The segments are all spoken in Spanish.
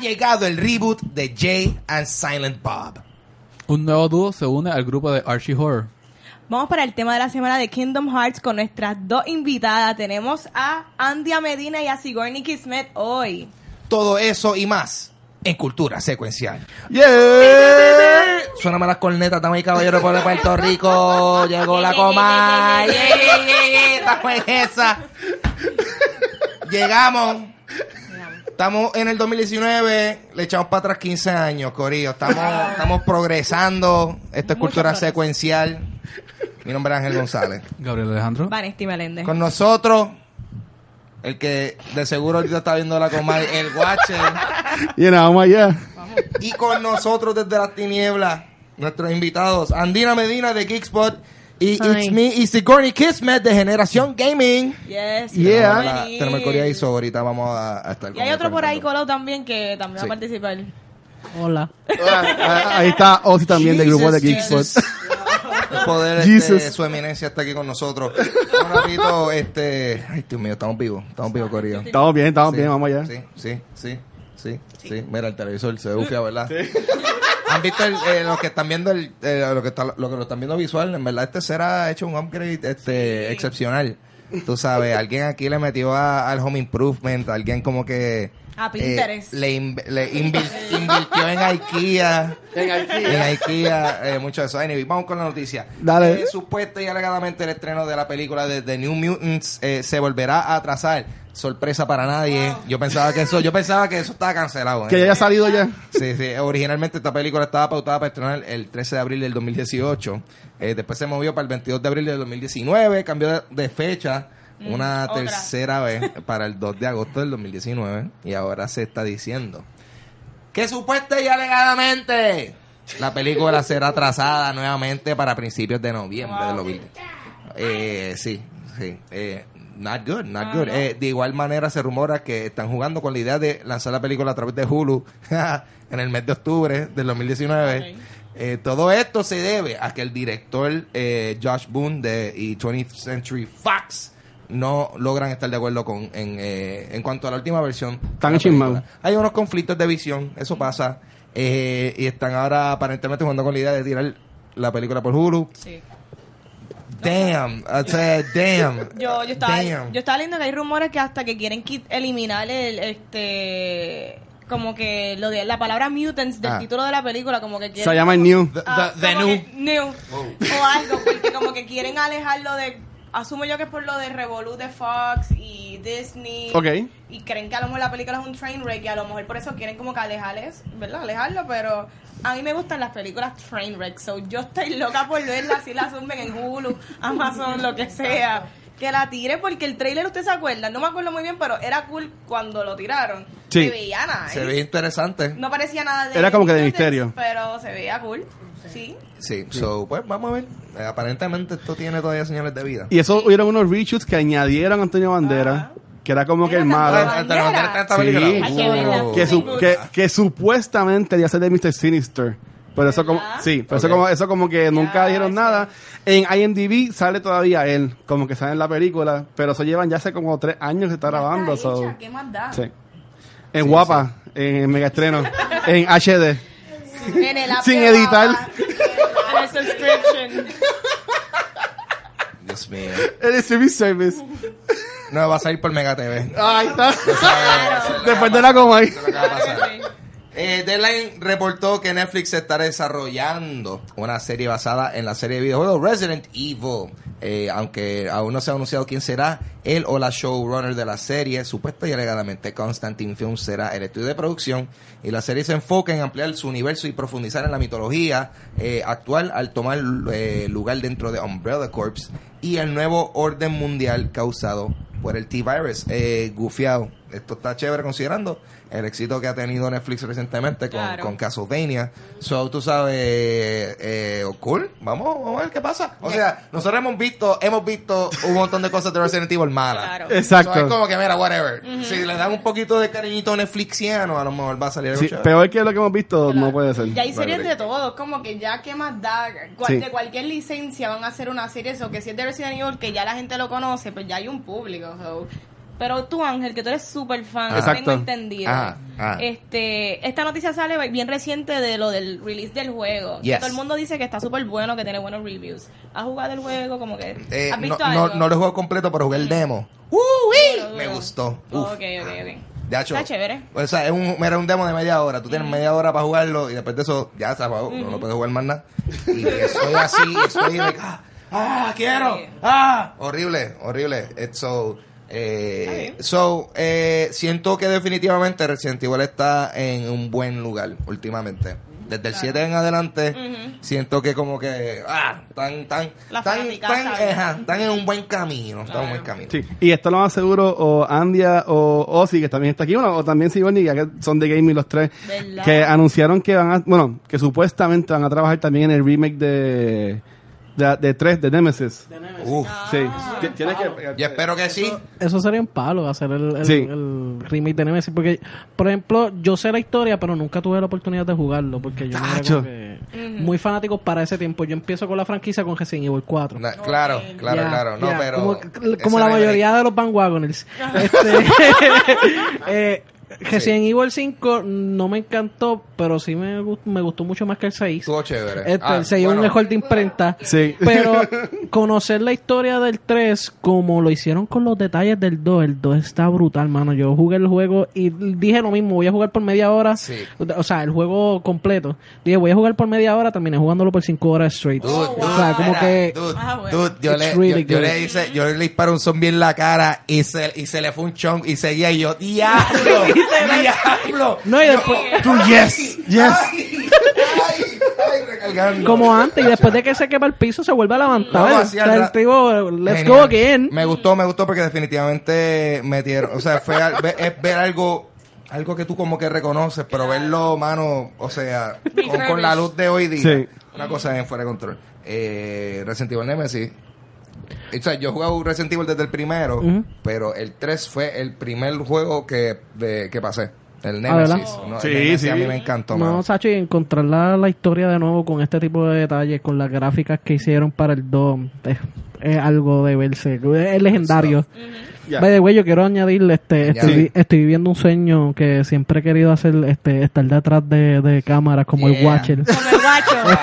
llegado el reboot de Jay and Silent Bob. Un nuevo dúo se une al grupo de Archie Horror. Vamos para el tema de la semana de Kingdom Hearts con nuestras dos invitadas. Tenemos a Andia Medina y a Sigourney Kismet hoy. Todo eso y más en Cultura Secuencial. Yeah. Suena malas cornetas, damas y caballeros por Puerto Rico. Llegó la coma. Yeah, yeah, yeah, yeah. Estamos en esa. Llegamos. Estamos en el 2019, le echamos para atrás 15 años, Corillo. Estamos, estamos progresando. Esto es cultura secuencial. Mi nombre es Ángel González. Gabriel Alejandro. Vanesti Meléndez. Con nosotros, el que de seguro ahorita está viendo la comal, el guache. You know, my yeah. Y con nosotros desde las tinieblas, nuestros invitados, Andina Medina de Geekspot y It's Me y Sigourney Kismet de Generación Gaming. Yes. Yeah. vamos a Hola, venir. tenemos el Corea y Sobo, ahorita vamos a, a estar Y hay otro por ahí con colado también que también Sí. va a participar. Hola. Ah, ah, Ahí está Ozzy también del grupo de Geekspot. El poder este, Jesus. su eminencia está aquí con nosotros. Un ratito, este. Ay, Dios mío, estamos vivos. Estamos vivos, Corillo. Estamos bien, estamos Sí, bien, vamos allá. Sí, sí, sí, sí, sí. Mira, el televisor se bufia, ¿verdad? Han visto el, eh, los que están viendo el, eh, lo que está, lo que lo están viendo visual, en verdad este será hecho un upgrade este excepcional. Tú sabes, alguien aquí le metió a- al home improvement, alguien como que A eh, Pinterest. le, inv- le invir- invirtió en IKEA. En IKEA, eh, mucho de eso. Anyway, vamos con la noticia. Dale. Eh, supuesta y alegadamente el estreno de la película de The New Mutants eh, se volverá a atrasar. Sorpresa para nadie. Yo pensaba que eso, yo pensaba que eso estaba cancelado. ¿eh? Que ya haya salido ya. Sí, sí. Originalmente esta película estaba pautada para estrenar el 13 de abril del 2018. Eh, después se movió para el 22 de abril del 2019. Cambió de, de fecha una otra. tercera vez para el 2 de agosto del 2019. Y ahora se está diciendo que supuesta y alegadamente la película será atrasada nuevamente para principios de noviembre del 2020. Eh, sí, sí. Eh, not good, not good. Eh, de igual manera se rumora que están jugando con la idea de lanzar la película a través de Hulu en el mes de octubre del 2019. Eh, todo esto se debe a que el director eh, Josh Boone de, y 20th Century Fox no logran estar de acuerdo con en, eh, en cuanto a la última versión. de Están la película. chismados. Hay unos conflictos de visión, eso pasa. eh, y están ahora aparentemente jugando con la idea de tirar la película por Hulu. Sí. Damn, I said damn. Yo, yo, estaba, Damn. yo estaba leyendo que hay rumores que hasta que quieren quit- eliminar el, este, como que lo de la palabra mutants del Ah. título de la película, como que quieren... Se llama el New. The- Ah, the- the como new- que new. O algo, porque como que quieren alejarlo de... Asumo yo que es por lo de Revolut de Fox y Disney. Ok. Y creen que a lo mejor la película es un train wreck y a lo mejor por eso quieren como que alejarles, ¿verdad? Alejarlo, pero a mí me gustan las películas train wreck. So yo estoy loca por verla si la suben en Hulu, Amazon, lo que sea. Que la tire porque el trailer, ¿usted se acuerda? No me acuerdo muy bien, pero era cool cuando lo tiraron. Sí. Se veía nada. Se ve interesante. No parecía nada de. Era como que de Mutants, misterio. Pero se veía cool. Sí. Sí, so, pues vamos a ver. Eh, aparentemente esto tiene todavía señales de vida. Y eso hubieron unos reshoots que añadieron a Antonio Ah. Bandera, que era como que el Ahora, malo. Bandera. hasta la bandera está en esta Sí. película. Hay que verla. Wow. que, su- que, que supuestamente ya ser de Mr. Sinister. Pero eso como, ¿Verdad? sí, pero eso Ok. como, eso como que nunca dijeron sí. nada. En IMDb sale todavía él, como que sale en la película, pero eso llevan ya hace como tres años que está grabando. Está so- hecha, ¿Qué más da? sí. En guapa, en mega estreno, en HD. En el app Sin de editar. Baba, En el subscription. Dios mío. En el streaming service. No, va a salir por Mega TV. Ahí está. Claro. Después de la coma ahí. Eso es lo que va a pasar. Eh, Deadline reportó que Netflix estará desarrollando una serie basada en la serie de videojuegos Resident Evil. Eh, aunque aún no se ha anunciado quién será él o la showrunner de la serie, supuesta y alegadamente Constantine Film será el estudio de producción. Y la serie se enfoca en ampliar su universo y profundizar en la mitología eh, actual al tomar eh, lugar dentro de Umbrella Corps y el nuevo orden mundial causado por el T-Virus, eh, gufiado. Esto está chévere considerando el éxito que ha tenido Netflix recientemente con, Claro. con Castlevania. So, tú sabes, eh, cool, vamos, vamos a ver qué pasa. O sea, nosotros hemos visto, hemos visto un montón de cosas de Resident Evil malas. Claro. So, es Exacto. como que, mira, whatever. Si le dan un poquito de cariñito Netflixiano, a lo mejor va a salir algo Sí, chévere. peor que lo que hemos visto, no puede ser. Y hay series de todos, como que ya qué más da, Cual- Sí. de cualquier licencia van a hacer una serie, o que si es de Resident Evil, que ya la gente lo conoce, pues ya hay un público. so, Pero tú, Ángel, que tú eres súper fan, Ajá. tengo Exacto. entendido. Ajá, ajá. Este, esta noticia sale bien reciente de lo del release del juego. Yes. Todo el mundo dice que está súper bueno, que tiene buenos reviews. ¿Has jugado el juego? Como que... Eh, ¿Has no, visto no, algo? no lo juego completo, pero jugué el demo. Duro, duro. Me gustó. Oh, Uf. ok, ok, ok. De hecho, Está chévere. O sea, es un, era un demo de media hora. Tú tienes media hora para jugarlo y después de eso ya se apagó. No lo puedes jugar más nada. Y estoy así, estoy de. ¡Ah! ah, quiero! Sí. ¡Ah! Horrible, horrible. It's so, eh, Está so eh, siento que definitivamente Resident Evil está en un buen lugar últimamente. Desde el 7 en adelante, siento que como que. ¡Ah! Tan, tan. La tan, fanaticada tan, sabe. ajá, están en un buen camino. Están en un buen Claro. camino. Sí. Y esto lo más seguro, o Andia o Ozzy, que también está aquí, bueno, o también Sigourney, ya que son de gaming los tres, ¿Verdad? que anunciaron que van a, bueno, que supuestamente van a trabajar también en el remake de, de, de 3, de Nemesis. Uf. Sí. Ti- Tienes que... Yo espero que sí. Eso sería un palo hacer el, el- Sí. el remake de Nemesis. Porque, por ejemplo, yo sé la historia, pero nunca tuve la oportunidad de jugarlo. Porque yo no era Tacho. como que muy fanático para ese tiempo. Yo empiezo con la franquicia con Resident Evil 4. Na- claro, claro, Ya, claro. No, ya. pero. Como, ese como la era el- mayoría de los bandwagoners. Este, eh, Resident Evil 5 no me encantó, pero sí me, gust- me gustó mucho más que el 6. Estuvo chévere. Este, Ah, el 6 es un bueno, mejor de imprenta. Sí. Pero conocer la historia del 3 como lo hicieron con los detalles del 2, el 2 está brutal, mano. Yo jugué el juego y dije lo mismo, voy a jugar por media hora, Sí. o sea, el juego completo. Dije, voy a jugar por media hora, terminé jugándolo por 5 horas straight. Dude, Oh, o sea, wow. como mira, que dude, Ah, bueno. dude, yo, It's le, really yo, yo good. le hice, yo le disparé un zombie en la cara y se, y se le fue un chonk y seguía y yo, ¡Diablo! ¡Diablo! No, y después, Tú, yes, yes. ¡Ay! ¡Ay! ¡Ay! Recargando. como antes, y después de que se quema el piso, se vuelve a levantar. No, o así al sea, el ra- tipo, let's Genial. go again. Me gustó, me gustó porque definitivamente metieron. O sea, fue al- ve- es ver algo algo que tú como que reconoces, pero verlo, mano, o sea, con, con la luz de hoy día. Sí. Una cosa en fuera de control. Eh, Resident Evil Nemesis. O sea, yo jugaba Resident Evil desde el primero, Ujú. pero el 3 fue el primer juego que, de- que pasé. El Ah, ¿verdad? Nemesis. No, el Sí, Nemesis A sí. mí me encantó, mano. No, Sacho, y encontrar la, la historia de nuevo con este tipo de detalles, con las gráficas que hicieron para el DOM, es, es algo de verse. Es legendario. Ya. By the way, yo quiero añadirle, este, Ya. estoy, Sí. estoy viviendo un sueño que siempre he querido hacer, este, estar detrás de, de cámaras como el Yeah. Watcher. Como el guacho. Este.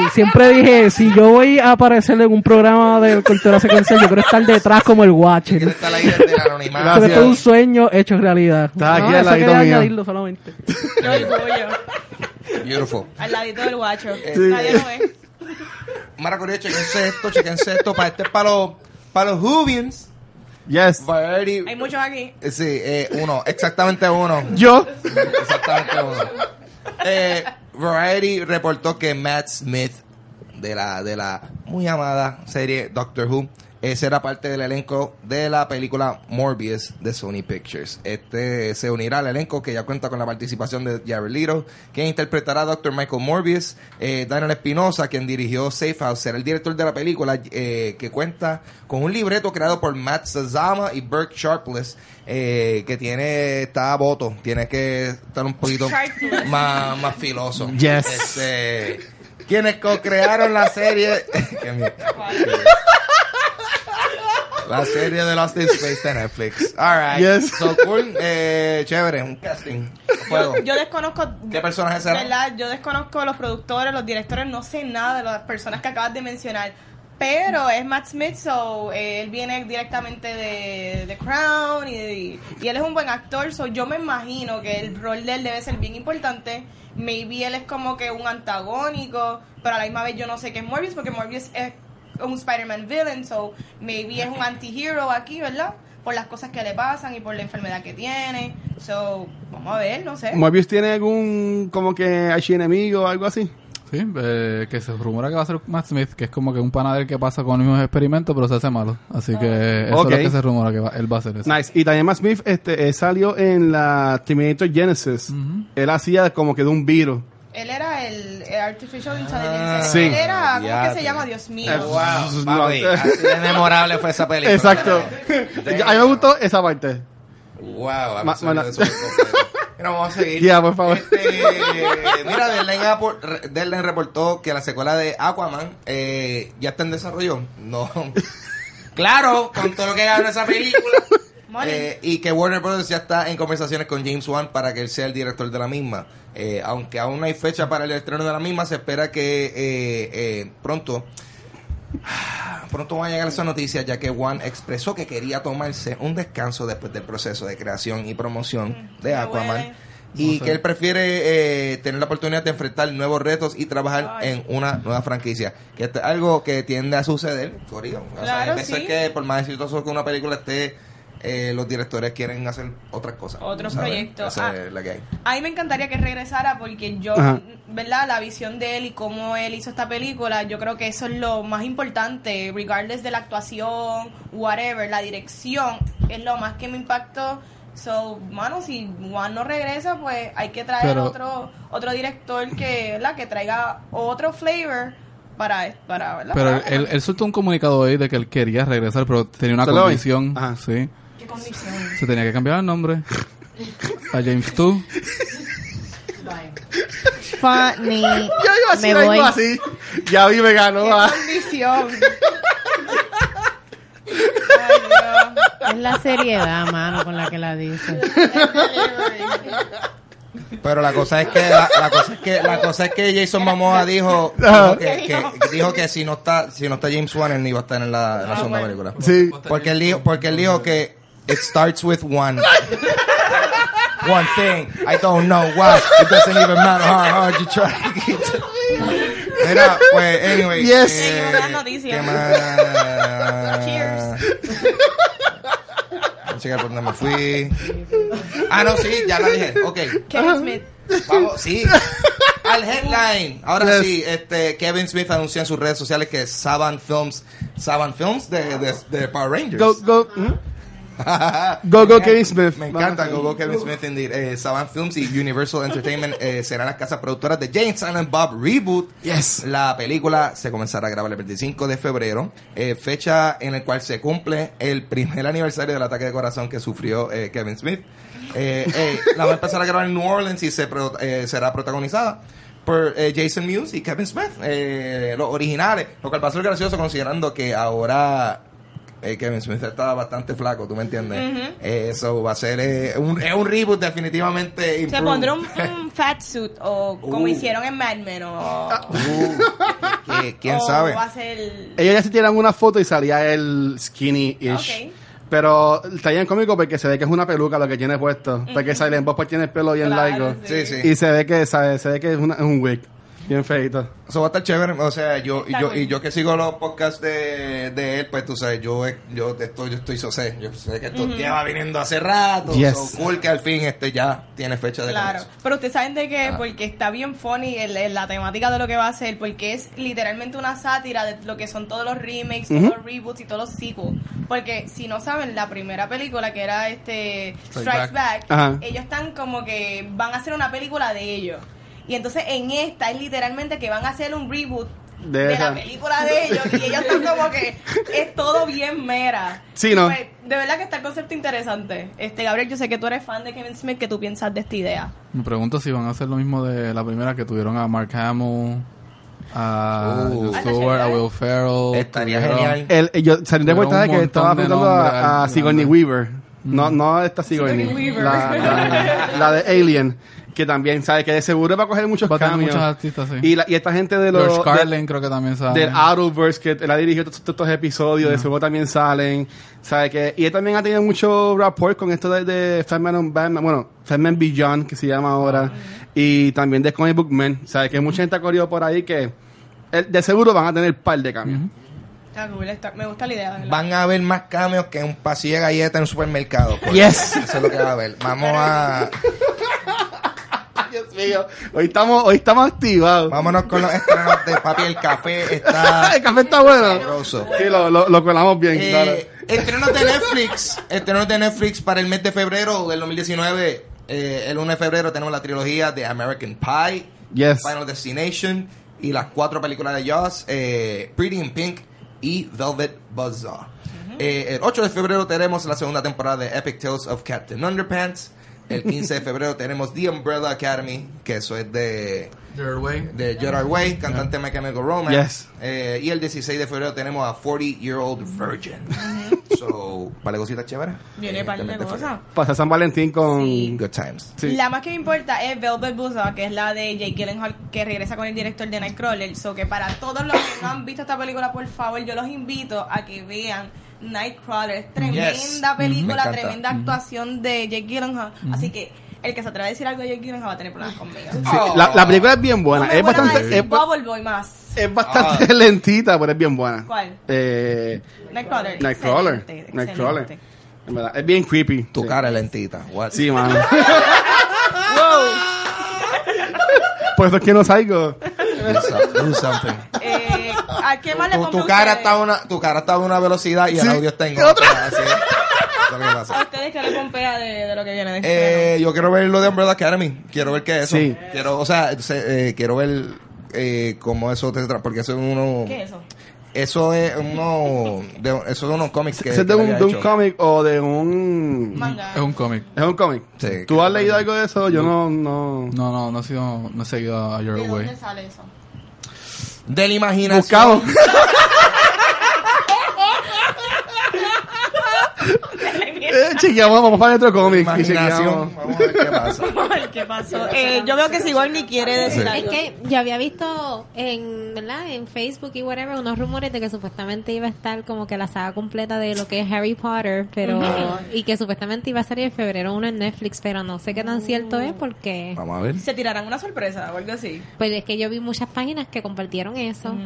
Estoy, siempre dije, si yo voy a aparecer en un programa de cultura secuencial, yo quiero estar detrás como el Quiero Watcher. estar ahí desde el anonimato. Pero esto es un Gracias. sueño hecho realidad. Está aquí no, al eso ladito quería mío. añadirlo solamente. Qué orgullo. Beautiful. Al ladito del guacho. Sí. Nadie lo ve. Mara Corea, chequense esto, chequense esto. Para este es para los, para los Jubians. Yes. Variety. Hay muchos aquí. Eh, Sí, eh, uno, exactamente uno. Yo. Exactamente uno. Eh, Variety reportó que Matt Smith, de la, de la muy amada serie Doctor Who, eh, será parte del elenco de la película Morbius de Sony Pictures. Este se unirá al elenco que ya cuenta con la participación de Jared Leto, quien interpretará a Dr. Michael Morbius. Eh, Daniel Espinosa, quien dirigió Safe House, será el director de la película eh, que cuenta con un libreto creado por Matt Sazama y Burke Sharpless, eh, que tiene, está a voto, tiene que estar un poquito Sharpless. más, más filoso. Yes. Este, quienes co-crearon la serie... Qué mierda. La serie de Lost in Space de Netflix. All right. Yes. So cool. Eh, chévere. Un casting. Fuego. Yo desconozco. ¿Qué personaje será? ¿Verdad? Yo desconozco los productores, los directores, no sé nada de las personas que acabas de mencionar. Pero es Matt Smith, so eh, él viene directamente de The Crown y, y él es un buen actor, so yo me imagino que el rol de él debe ser bien importante. Maybe él es como que un antagónico, pero a la misma vez yo no sé qué es Morbius, porque Morbius es un Spider-Man villain, so maybe es un antihero aquí, ¿verdad? Por las cosas que le pasan y por la enfermedad que tiene. So, vamos a ver, no sé. Morbius tiene algún, como que, archienemigo o algo así. Sí, eh, que se rumora que va a ser Matt Smith, que es como que un panadero que pasa con los mismos experimentos, pero se hace malo. Así que eso Ok. es lo que se rumora que va- él va a hacer eso. Nice. Y también Matt Smith este, eh, salió en la Terminator Genesis. Él hacía como que de un virus. Él era el, el Artificial Ah, Intelligence. Sí. Él era, ¿cómo que diatre. se llama? Dios Eh, mío. Wow. No. papi, así de memorable fue esa película. Exacto. Damn. A mí me gustó esa parte. Wow. a mí Ma- se me mala- hizo muy complejo. Mira, vamos a seguir. Ya, por favor. Este, mira, Deadline, Apple- re- Deadline reportó que la secuela de Aquaman eh, ya está en desarrollo. No. Claro, con todo lo que ganó esa película. Money. Eh, y que Warner Bros. ya está en conversaciones con James Wan para que él sea el director de la misma. Eh, aunque aún no hay fecha para el estreno de la misma, se espera que eh, eh, pronto pronto van a llegar esas noticias ya que Wan expresó que quería tomarse un descanso después del proceso de creación y promoción Mm, de me Aquaman huele. y No sé. que él prefiere eh, tener la oportunidad de enfrentar nuevos retos y trabajar Ay. en una nueva franquicia que esto es algo que tiende a suceder Corillo O sea, Claro, hay veces sí. que por más exitoso que una película esté eh, los directores quieren hacer otras cosas Otros ¿sabes? proyectos. Esa Ah. es la que hay. A mí me encantaría que regresara porque yo, Ajá. ¿verdad? La visión de él y cómo él hizo esta película, yo creo que eso es lo más importante, regardless de la actuación, whatever, la dirección, es lo más que me impactó. So, mano, si Juan no regresa, pues hay que traer Pero- otro otro director que, ¿verdad? Que traiga otro flavor para, para ¿verdad? Pero Para- él, él soltó un comunicado hoy de que él quería regresar, pero tenía una ¿Solo hoy? condición. Ajá. Sí. ¿Qué condición? Se tenía que cambiar el nombre a James 2. Funny. Yo iba a Me decir voy. algo así. Ya vi, me ganó. ¿Qué ah. condición? Ay, Dios. Es la seriedad, mano, con la que la dice. Pero la cosa es que la, la cosa es que la cosa es que Jason Momoa dijo, Ah. dijo que, que- dijo que si no está si no está James Wan él ni va a estar en la, en la segunda película. Sí. Porque él dijo porque él dijo que it starts with one. One thing, I don't know why, it doesn't even matter how hard you try to get to- Mira, pues, anyway. Yes. Seguimos con las noticias. ¿qué más? Cheers. Voy a checar por dónde me fui. Ah, no, sí, ya la dije. Ok. Kevin Smith. Vamos, sí. Al headline. Ahora Yes. sí, este Kevin Smith anunció en sus redes sociales que Saban Films, Saban Films de, de, de Power Rangers. Ah, Go, go. ¿Mm? Go, go, Kevin Smith. Me encanta Vamos. Go Go Kevin Smith indeed. Eh, Saban Films y Universal Entertainment eh, serán las casas productoras de James Silent Bob Reboot. Yes. La película se comenzará a grabar el 25 de febrero, eh, fecha en la cual se cumple el primer aniversario del ataque de corazón que sufrió eh, Kevin Smith. Eh, eh, la va a empezar a grabar en New Orleans y se pro- eh, será protagonizada por eh, Jason Mewes y Kevin Smith, eh, los originales, lo cual va a ser gracioso considerando que ahora eh, Kevin Smith estaba bastante flaco, ¿tú me entiendes? Eh, Eso va a ser eh, un, es un reboot definitivamente. Se improved. pondrá un, un fat suit o como Uh. hicieron en Mad Men o... Uh, que- ¿Quién o sabe? Oh, va a ser- Ellos ya se tiran una foto y salía el skinny-ish. Ok. Pero está bien cómico porque se ve que es una peluca lo que tiene puesto. Porque Silent Bob pues tiene el pelo bien Claro, largo. Sí, sí. Y se ve que, ¿sabes? Se ve que es, una- es un wig. Bien feito. Eso va a estar chévere. O sea, yo, y Está yo, cool. y yo que sigo los podcasts de, de él, pues tú sabes, yo, yo de esto, yo estoy sosé. Yo sé que esto lleva viniendo hace rato. Yes. So cool que al fin este ya tiene fecha de Claro, comienzo. pero ustedes saben de qué, Ah. porque está bien funny el- el- la temática de lo que va a ser, porque es literalmente una sátira de lo que son todos los remakes, todos los reboots y todos los sequels. Porque si no saben, la primera película que era este Strikes Back, Ajá. ellos están como que van a hacer una película de ellos. Y entonces en esta es literalmente que van a hacer un reboot De de, esa. la película de ellos y ellos están como que es todo bien mera. Sí, ¿no? Pues, de verdad que está el concepto interesante. Este Gabriel, yo sé que tú eres fan de Kevin Smith, ¿qué tú piensas de esta idea? Me pregunto si van a hacer lo mismo de la primera que tuvieron a Mark Hamill, a Uh. Oh. Jon Stewart, a Will Ferrell. Estaría tuvieron- genial. El, eh, yo salí de Pero cuenta de un que montón estaba de apuntando nombres a, a ahí, Sigourney grande. Weaver. No, no esta Sigourney. Sigourney Weaver. La, la- la de Alien. Que también, ¿sabes? Que de seguro va a coger muchos Va a tener cambios. muchos artistas, sí. y, la- y esta gente de los... George de- Carlin creo que también sale. del Arrowverse que él ha dirigido todos estos episodios de seguro también salen sabe que y él también ha tenido mucho rapport con esto de, de Batman on Batman bueno Batman Beyond que se llama ahora y también de Comic Book Man sabe que mucha gente ha corrido por ahí que él- de seguro van a tener par de cambios Está cool, Ah, está- me gusta la idea. de verdad. Van a haber más cameos que un pasillo de galletas en un supermercado. coño. Yes. Eso es lo que va a haber. Vamos a, Dios mío hoy estamos hoy estamos activados vámonos con los estrenos de Papi el Café. Está el café está bueno sabroso. sí lo, lo, lo colamos bien claro. Eh, estrenos de Netflix. Estrenos de Netflix para el mes de febrero del 2019. Eh, el 1 de febrero tenemos la trilogía de American Pie, Yes. Final Destination y las cuatro películas de Jaws, eh, Pretty in Pink y Velvet Buzzsaw. Eh, el 8 de febrero tenemos la segunda temporada de Epic Tales of Captain Underpants. El 15 de febrero tenemos The Umbrella Academy, que eso es de Your Way. de Gerard Way, cantante Mechanical Romance. Yes. Eh, y el 16 de febrero tenemos a 40 Year Old Virgin. So, para cositas chéveres. Viene par de Evidentemente, cosas. Pasa San Valentín con. febrero. Good times. Sí. La más que me importa es Velvet Buzzsaw, que es la de Jake Gyllenhaal, que regresa con el director de Nightcrawler. So que para todos los que no han visto esta película, por favor, yo los invito a que vean Nightcrawler. Es tremenda Yes. Me Mm-hmm. película, encanta. tremenda actuación de Jake Gyllenhaal. Así que el que se atreva a decir algo de Jake Gyllenhaal va a tener problemas conmigo. Sí, la, la película es bien buena. No me es, vuelvan a bastante, decir es, ba- Bubble Boy más. es bastante Ah. lentita, pero es bien buena. ¿Cuál? Eh, Nightcrawler. Nightcrawler. Excelente, Nightcrawler. excelente. En verdad, es bien creepy. Tu sí. cara lentita. What? Sí, mano. Por eso es que no salgo. Do some- do something. Eh, ¿A qué más le Tu, pongo tu cara ustedes? está a una, tu cara está a una velocidad y el Sí. audio está en ¿Qué otra? otra. Así es. Eso es lo que pasa. ¿A ustedes qué le pompea de, de lo que viene de Eh, yo quiero ver lo de Umbrella Academy. Quiero ver qué es eso. Sí. Quiero, o sea, se- eh, quiero ver eh, cómo eso te tra- porque eso es uno ¿Qué es eso? eso es uno de, eso son unos cómics que ¿Ese es de que un, había de un hecho. cómic o de un. Manga. Es un cómic. Es un cómic. Sí. ¿Tú has leído algo de eso? Yo no. no... No, no, no he, sido, no he seguido a Your ¿De Way. dónde sale eso? de la imaginación. Buscado. Eh, chequeamos, vamos para otro de la cómic. y Imaginación. chequeamos. Vamos a ver qué pasa. ¿Qué pasó? Eh, yo veo que si Barney quiere decir Sí. algo. Es que yo había visto en, ¿verdad? en Facebook y whatever unos rumores de que supuestamente iba a estar como que la saga completa de lo que es Harry Potter, pero y que supuestamente iba a salir en febrero uno en Netflix, pero no sé qué tan cierto es porque Vamos a ver. se tirarán una sorpresa o algo así. pues es que yo vi muchas páginas que compartieron eso. Mm,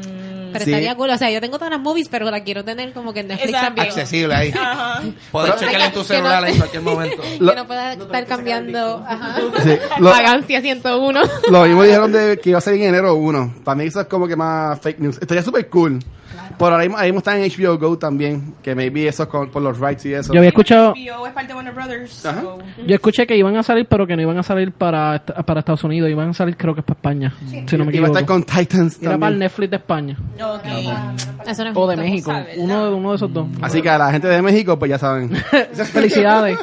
Pero Sí. estaría cool, o sea, yo tengo todas las movies, pero la quiero tener como que en Netflix Exacto. también. Accesible ahí. Ajá. Puedes Pero- checar en tu que celular no- en cualquier momento. Lo- Que no pueda estar cambiando ajá, Sí, lo- vagancia 101. Lo mismo dijeron de que iba a salir en enero 1. Para mí eso es como que más fake news. Estaría súper cool. Pero ahora mismo, ahí mismo está en HBO Go también. Que maybe eso es con, por los rights y eso. Yo había escuchado, HBO es parte de Warner Brothers. Ajá. so- yo escuché que iban a salir, pero que no iban a salir para, est- para Estados Unidos, iban a salir creo que es para España, si Iba no me a equivoco. estar con Titans Era para el también. Netflix de España Ok. Eso no es o de justo. México, uno de uno de esos dos. Así que a la gente de México, pues ya saben. Felicidades.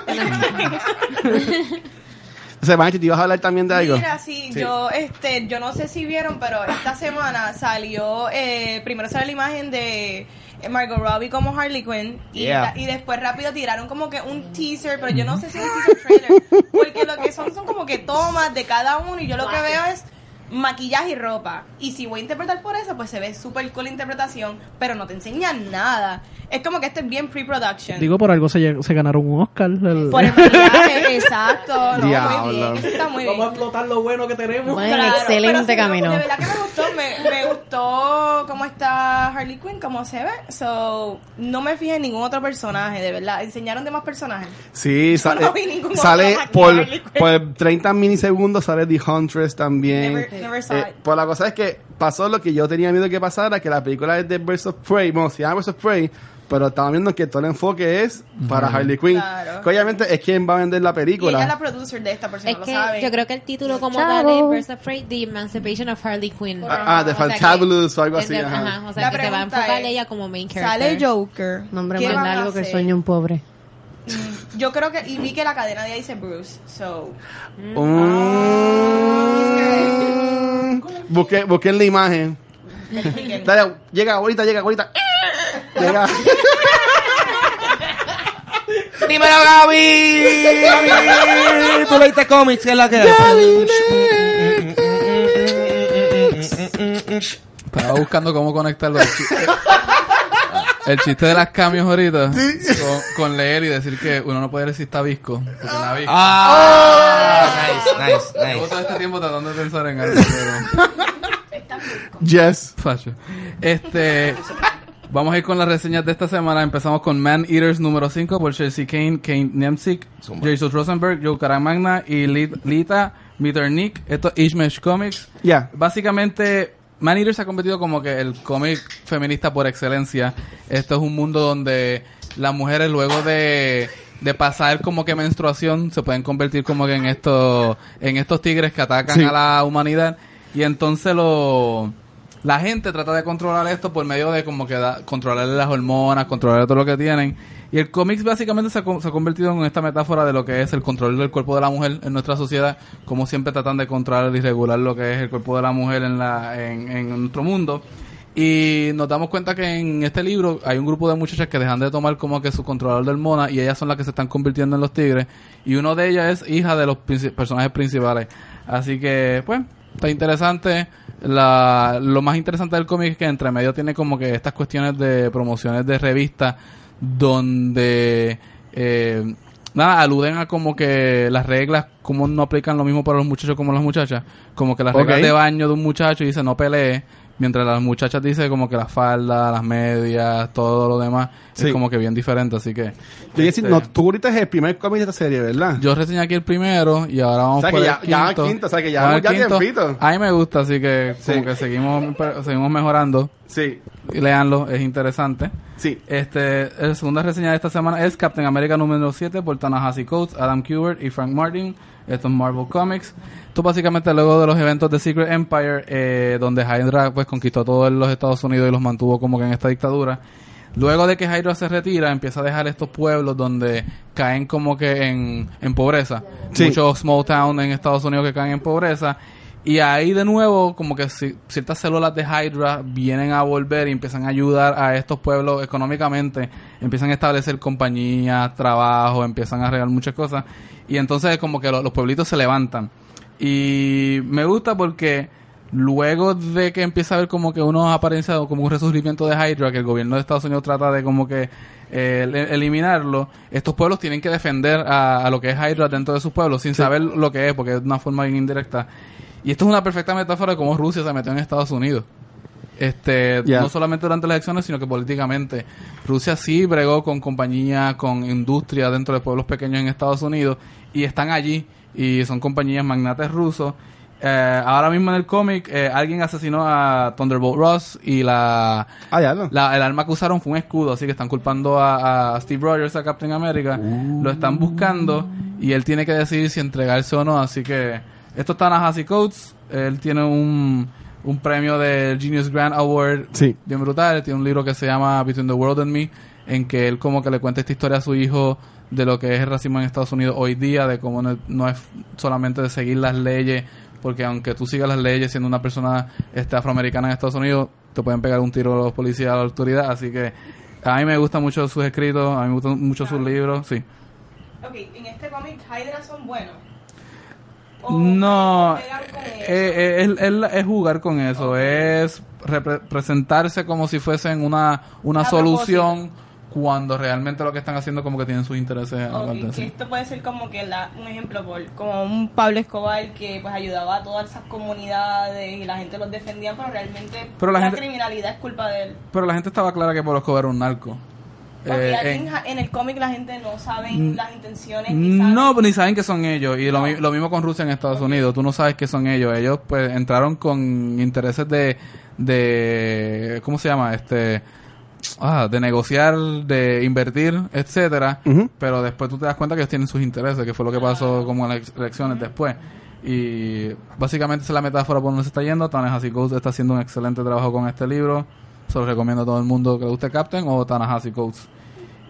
O sea, Manchi, ¿te ibas a hablar también de algo? Mira, sí, yo, este, yo no sé si vieron, pero esta semana salió, eh, primero salió la imagen de Margot Robbie como Harley Quinn y, Yeah. y después rápido tiraron como que un teaser, pero yo no sé si es un teaser trailer, porque lo que son son como que tomas de cada uno y yo lo que veo es maquillaje y ropa. Y si voy a interpretar por eso, pues se ve súper cool la interpretación, pero no te enseñan nada. Es como que este es bien pre-production. Digo, por algo se, lle- se ganaron un Oscar. el- por el maquillaje, exacto. No, muy Diablo. bien, eso está muy bien. explotar lo bueno que tenemos. Bueno, Claro, pero excelente sí, camino. De verdad que me gustó, me, me gustó cómo está Harley Quinn, cómo se ve. So, no me fijé en ningún otro personaje, de verdad. Enseñaron de más personajes. Sí, sale, no vi ningún sale otro aquí, por, Harley Quinn. por 30 minisegundos, sale The Huntress también. Never- never saw it. pues la cosa es que pasó lo que yo tenía miedo que pasara, que la película es de Birds of Prey, bueno, se llama Birds of Prey, pero estaba viendo que todo el enfoque es para Harley Quinn. Claro. Que obviamente es quien va a vender la Y ella es la película. producer de esta persona, Es lo que sabe. yo creo que el título como Chavo. tal es Birds of Prey, The Emancipation of Harley Quinn. Ah, ah, The O sea que- Fantabulous o algo así, es de- ajá. o sea La que se va a pregunta enfocar es, ella como main character. Sale Joker. Nombre ¿Qué más van a largo que hacer? sueño un pobre. Mm, Yo creo que, y vi que la cadena de ahí dice Bruce. So, Ah, Mm. Busqué, busqué en la imagen. verifiquen. Dale, llega ahorita, llega ahorita. Llega. Dímelo, Gaby. Gaby, Tú leíste cómics, ¿qué es la que hace? Estaba buscando cómo conectarlo. El chiste, el chiste de las cambios ahorita con, con leer y decir que uno no puede decir tabisco. Porque la vi. Ah, nice, nice, Llevo nice. todo este tiempo tratando de pensar en algo. Pero... Yes. Facho. Este. Vamos a ir con las reseñas de esta semana. Empezamos con Man Eaters número 5 por Chelsea Kane, Kane Nemzik, Zumba. Jesus Rosenberg, Joe Caramagna y Lit- Lita Mitternick. Esto es Ishmesh Comics. Ya. Básicamente, Man Eater se ha convertido como que el cómic feminista por excelencia. Esto es un mundo donde las mujeres luego de, de pasar como que menstruación se pueden convertir como que en estos en estos tigres que atacan Sí. a la humanidad y entonces lo La gente trata de controlar esto por medio de como que da- controlar las hormonas, controlar todo lo que tienen. Y el cómics básicamente se ha, con- se ha convertido en esta metáfora de lo que es el control del cuerpo de la mujer en nuestra sociedad, como siempre tratan de controlar y regular lo que es el cuerpo de la mujer en, la, en, en nuestro mundo. Y nos damos cuenta que en este libro hay un grupo de muchachas que dejan de tomar como que su controlador del mona y ellas son las que se están convirtiendo en los tigres. Y uno de ellas es hija de los princi- personajes principales. Así que, pues, está interesante. La, lo más interesante del cómic es que entre medio tiene como que estas cuestiones de promociones de revistas donde... eh, Nada, aluden a como que las reglas, como no aplican lo mismo para los muchachos como las muchachas. Como que las reglas Ok. de baño de un muchacho y dice no pelee, mientras las muchachas dice como que las faldas, las medias, todo lo demás Sí. es como que bien diferente. Así que Yo iba a decir, no, tú ahorita es el primer cómic de esta serie, ¿verdad? yo reseñé aquí el primero y ahora vamos O sea, por que el ya- ya quinto. quinto, o sea, que ya- Vamos al ya tiempito. A mí me gusta, así que como Sí. que seguimos, seguimos mejorando. Sí, Leanlo, es interesante. sí. Este, la segunda reseña de esta semana es Captain America número 7 por Tanahashi Coates, Adam Kubert y Frank Martin. Esto es Marvel Comics. Esto básicamente luego de los eventos de Secret Empire, eh, donde Hydra pues conquistó todos los Estados Unidos y los mantuvo como que en esta dictadura. Luego de que Hydra se retira, empieza a dejar estos pueblos donde caen como que en, en pobreza. Sí. Muchos small town en Estados Unidos que caen en pobreza. Y ahí de nuevo, como que ci- ciertas células de Hydra vienen a volver y empiezan a ayudar a estos pueblos económicamente, empiezan a establecer compañías, trabajo, empiezan a arreglar muchas cosas. Y entonces como que lo- los pueblitos se levantan. Y me gusta porque luego de que empieza a haber como que unos apariencias o como un resurgimiento de Hydra, que el gobierno de Estados Unidos trata de como que eh, le- eliminarlo, estos pueblos tienen que defender a, a lo que es Hydra dentro de sus pueblos sin saber lo que es, porque es una forma bien indirecta. Y esto es una perfecta metáfora de cómo Rusia se metió en Estados Unidos. Este, Ya. no solamente durante las elecciones, sino que políticamente. Rusia sí bregó con compañías, con industria dentro de pueblos pequeños en Estados Unidos y están allí y son compañías magnates rusos. Eh, ahora mismo en el cómic, eh, alguien asesinó a Thunderbolt Ross y la, Ah, ya no. la- el arma que usaron fue un escudo, así que están culpando a, a Steve Rogers, a Captain America. Lo están buscando y él tiene que decidir si entregarse o no. Así que esto está Nahasi Coates. Él tiene un, un premio del Genius Grand Award Sí. bien brutal. Él tiene un libro que se llama Between the World and Me, en que él como que le cuenta esta historia a su hijo de lo que es el racismo en Estados Unidos hoy día, de cómo no, no es solamente de seguir las leyes, porque aunque tú sigas las leyes siendo una persona este, afroamericana en Estados Unidos, te pueden pegar un tiro los policías, a la autoridad, así que a mí me gustan mucho sus escritos, a mí me gustan mucho sus libros, sí. Ok, en este cómic, Hydra son buenos. O- No, o pegan con eh, eso. eh, es, es- es jugar con eso, es repre- presentarse como si fuesen una, una A solución cuando realmente lo que están haciendo como que tienen sus intereses. Ok, aparte, que sí. esto puede ser como que la- un ejemplo por como un Pablo Escobar que pues ayudaba a todas esas comunidades y la gente los defendía pero realmente Pero la la, gente- Eh, criminalidad es culpa de él Pero la gente estaba clara que Pablo Escobar era un narco. porque Eh, aquí en- en, ja- en el cómic la gente no sabe Mm, las intenciones ni sabe- No, pues, ni saben que son ellos. Y lo, mi- lo mismo con Rusia en Estados Unidos. Tú no sabes que son ellos. Ellos pues entraron con intereses de, de ¿cómo se llama? Este, ah, de negociar, de invertir, etcétera. Ujú. Pero después tú te das cuenta que ellos tienen sus intereses, que fue lo que pasó como en las elecciones después. Y básicamente esa es la metáfora por donde se está yendo. Tanahasi Coates está haciendo un excelente trabajo con este libro. Se lo recomiendo a todo el mundo que le guste Captain o Tanahasi Coates.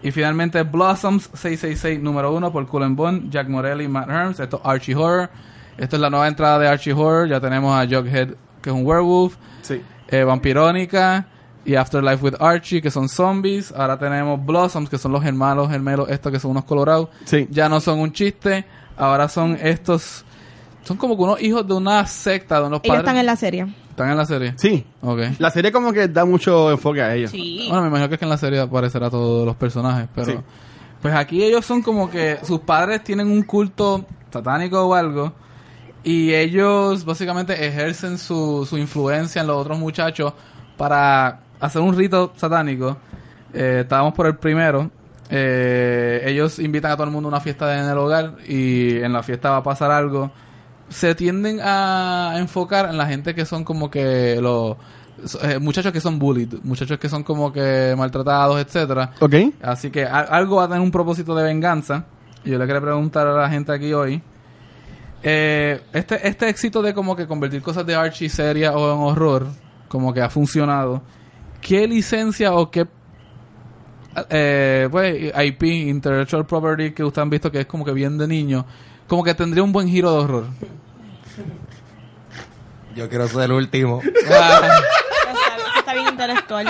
Y finalmente Blossoms 666 número 1 por Cullen Bunn, Jack Morelli y Matt Herms. Esto es Archie Horror. Esto es la nueva entrada de Archie Horror. Ya tenemos a Jughead, que es un werewolf, Sí. eh, Vampirónica y Afterlife with Archie, que son zombies. Ahora tenemos Blossoms, que son los hermanos gemelos estos que son unos colorados. Sí. Ya no son un chiste. Ahora son estos... Son como que unos hijos de una secta, de unos ellos padres... están en la serie ¿Están en la serie? Sí. Ok. La serie como que da mucho enfoque a ellos. sí Bueno, me imagino que es que en la serie aparecerá todos los personajes, pero... Sí. Pues aquí ellos son como que sus padres tienen un culto satánico o algo y ellos básicamente ejercen su, su influencia en los otros muchachos para hacer un rito satánico. Eh, estábamos por el primero. Eh, ellos invitan a todo el mundo a una fiesta en el hogar y en la fiesta va a pasar algo. Se tienden a enfocar en la gente que son como que los so- eh, muchachos que son bullied, muchachos que son como que maltratados, etcétera. ¿Ok? Así que a- algo va a tener un propósito de venganza. Y Yo le quería preguntar a la gente aquí hoy. eh, este, este éxito de como que convertir cosas de Archie seria o en horror como que ha funcionado, ¿qué licencia o qué eh, pues, IP, Intellectual Property, que ustedes han visto que es como que bien de niño, como que tendría un buen giro de horror? Yo quiero ser el último. Ah, Está, está bien intelectual.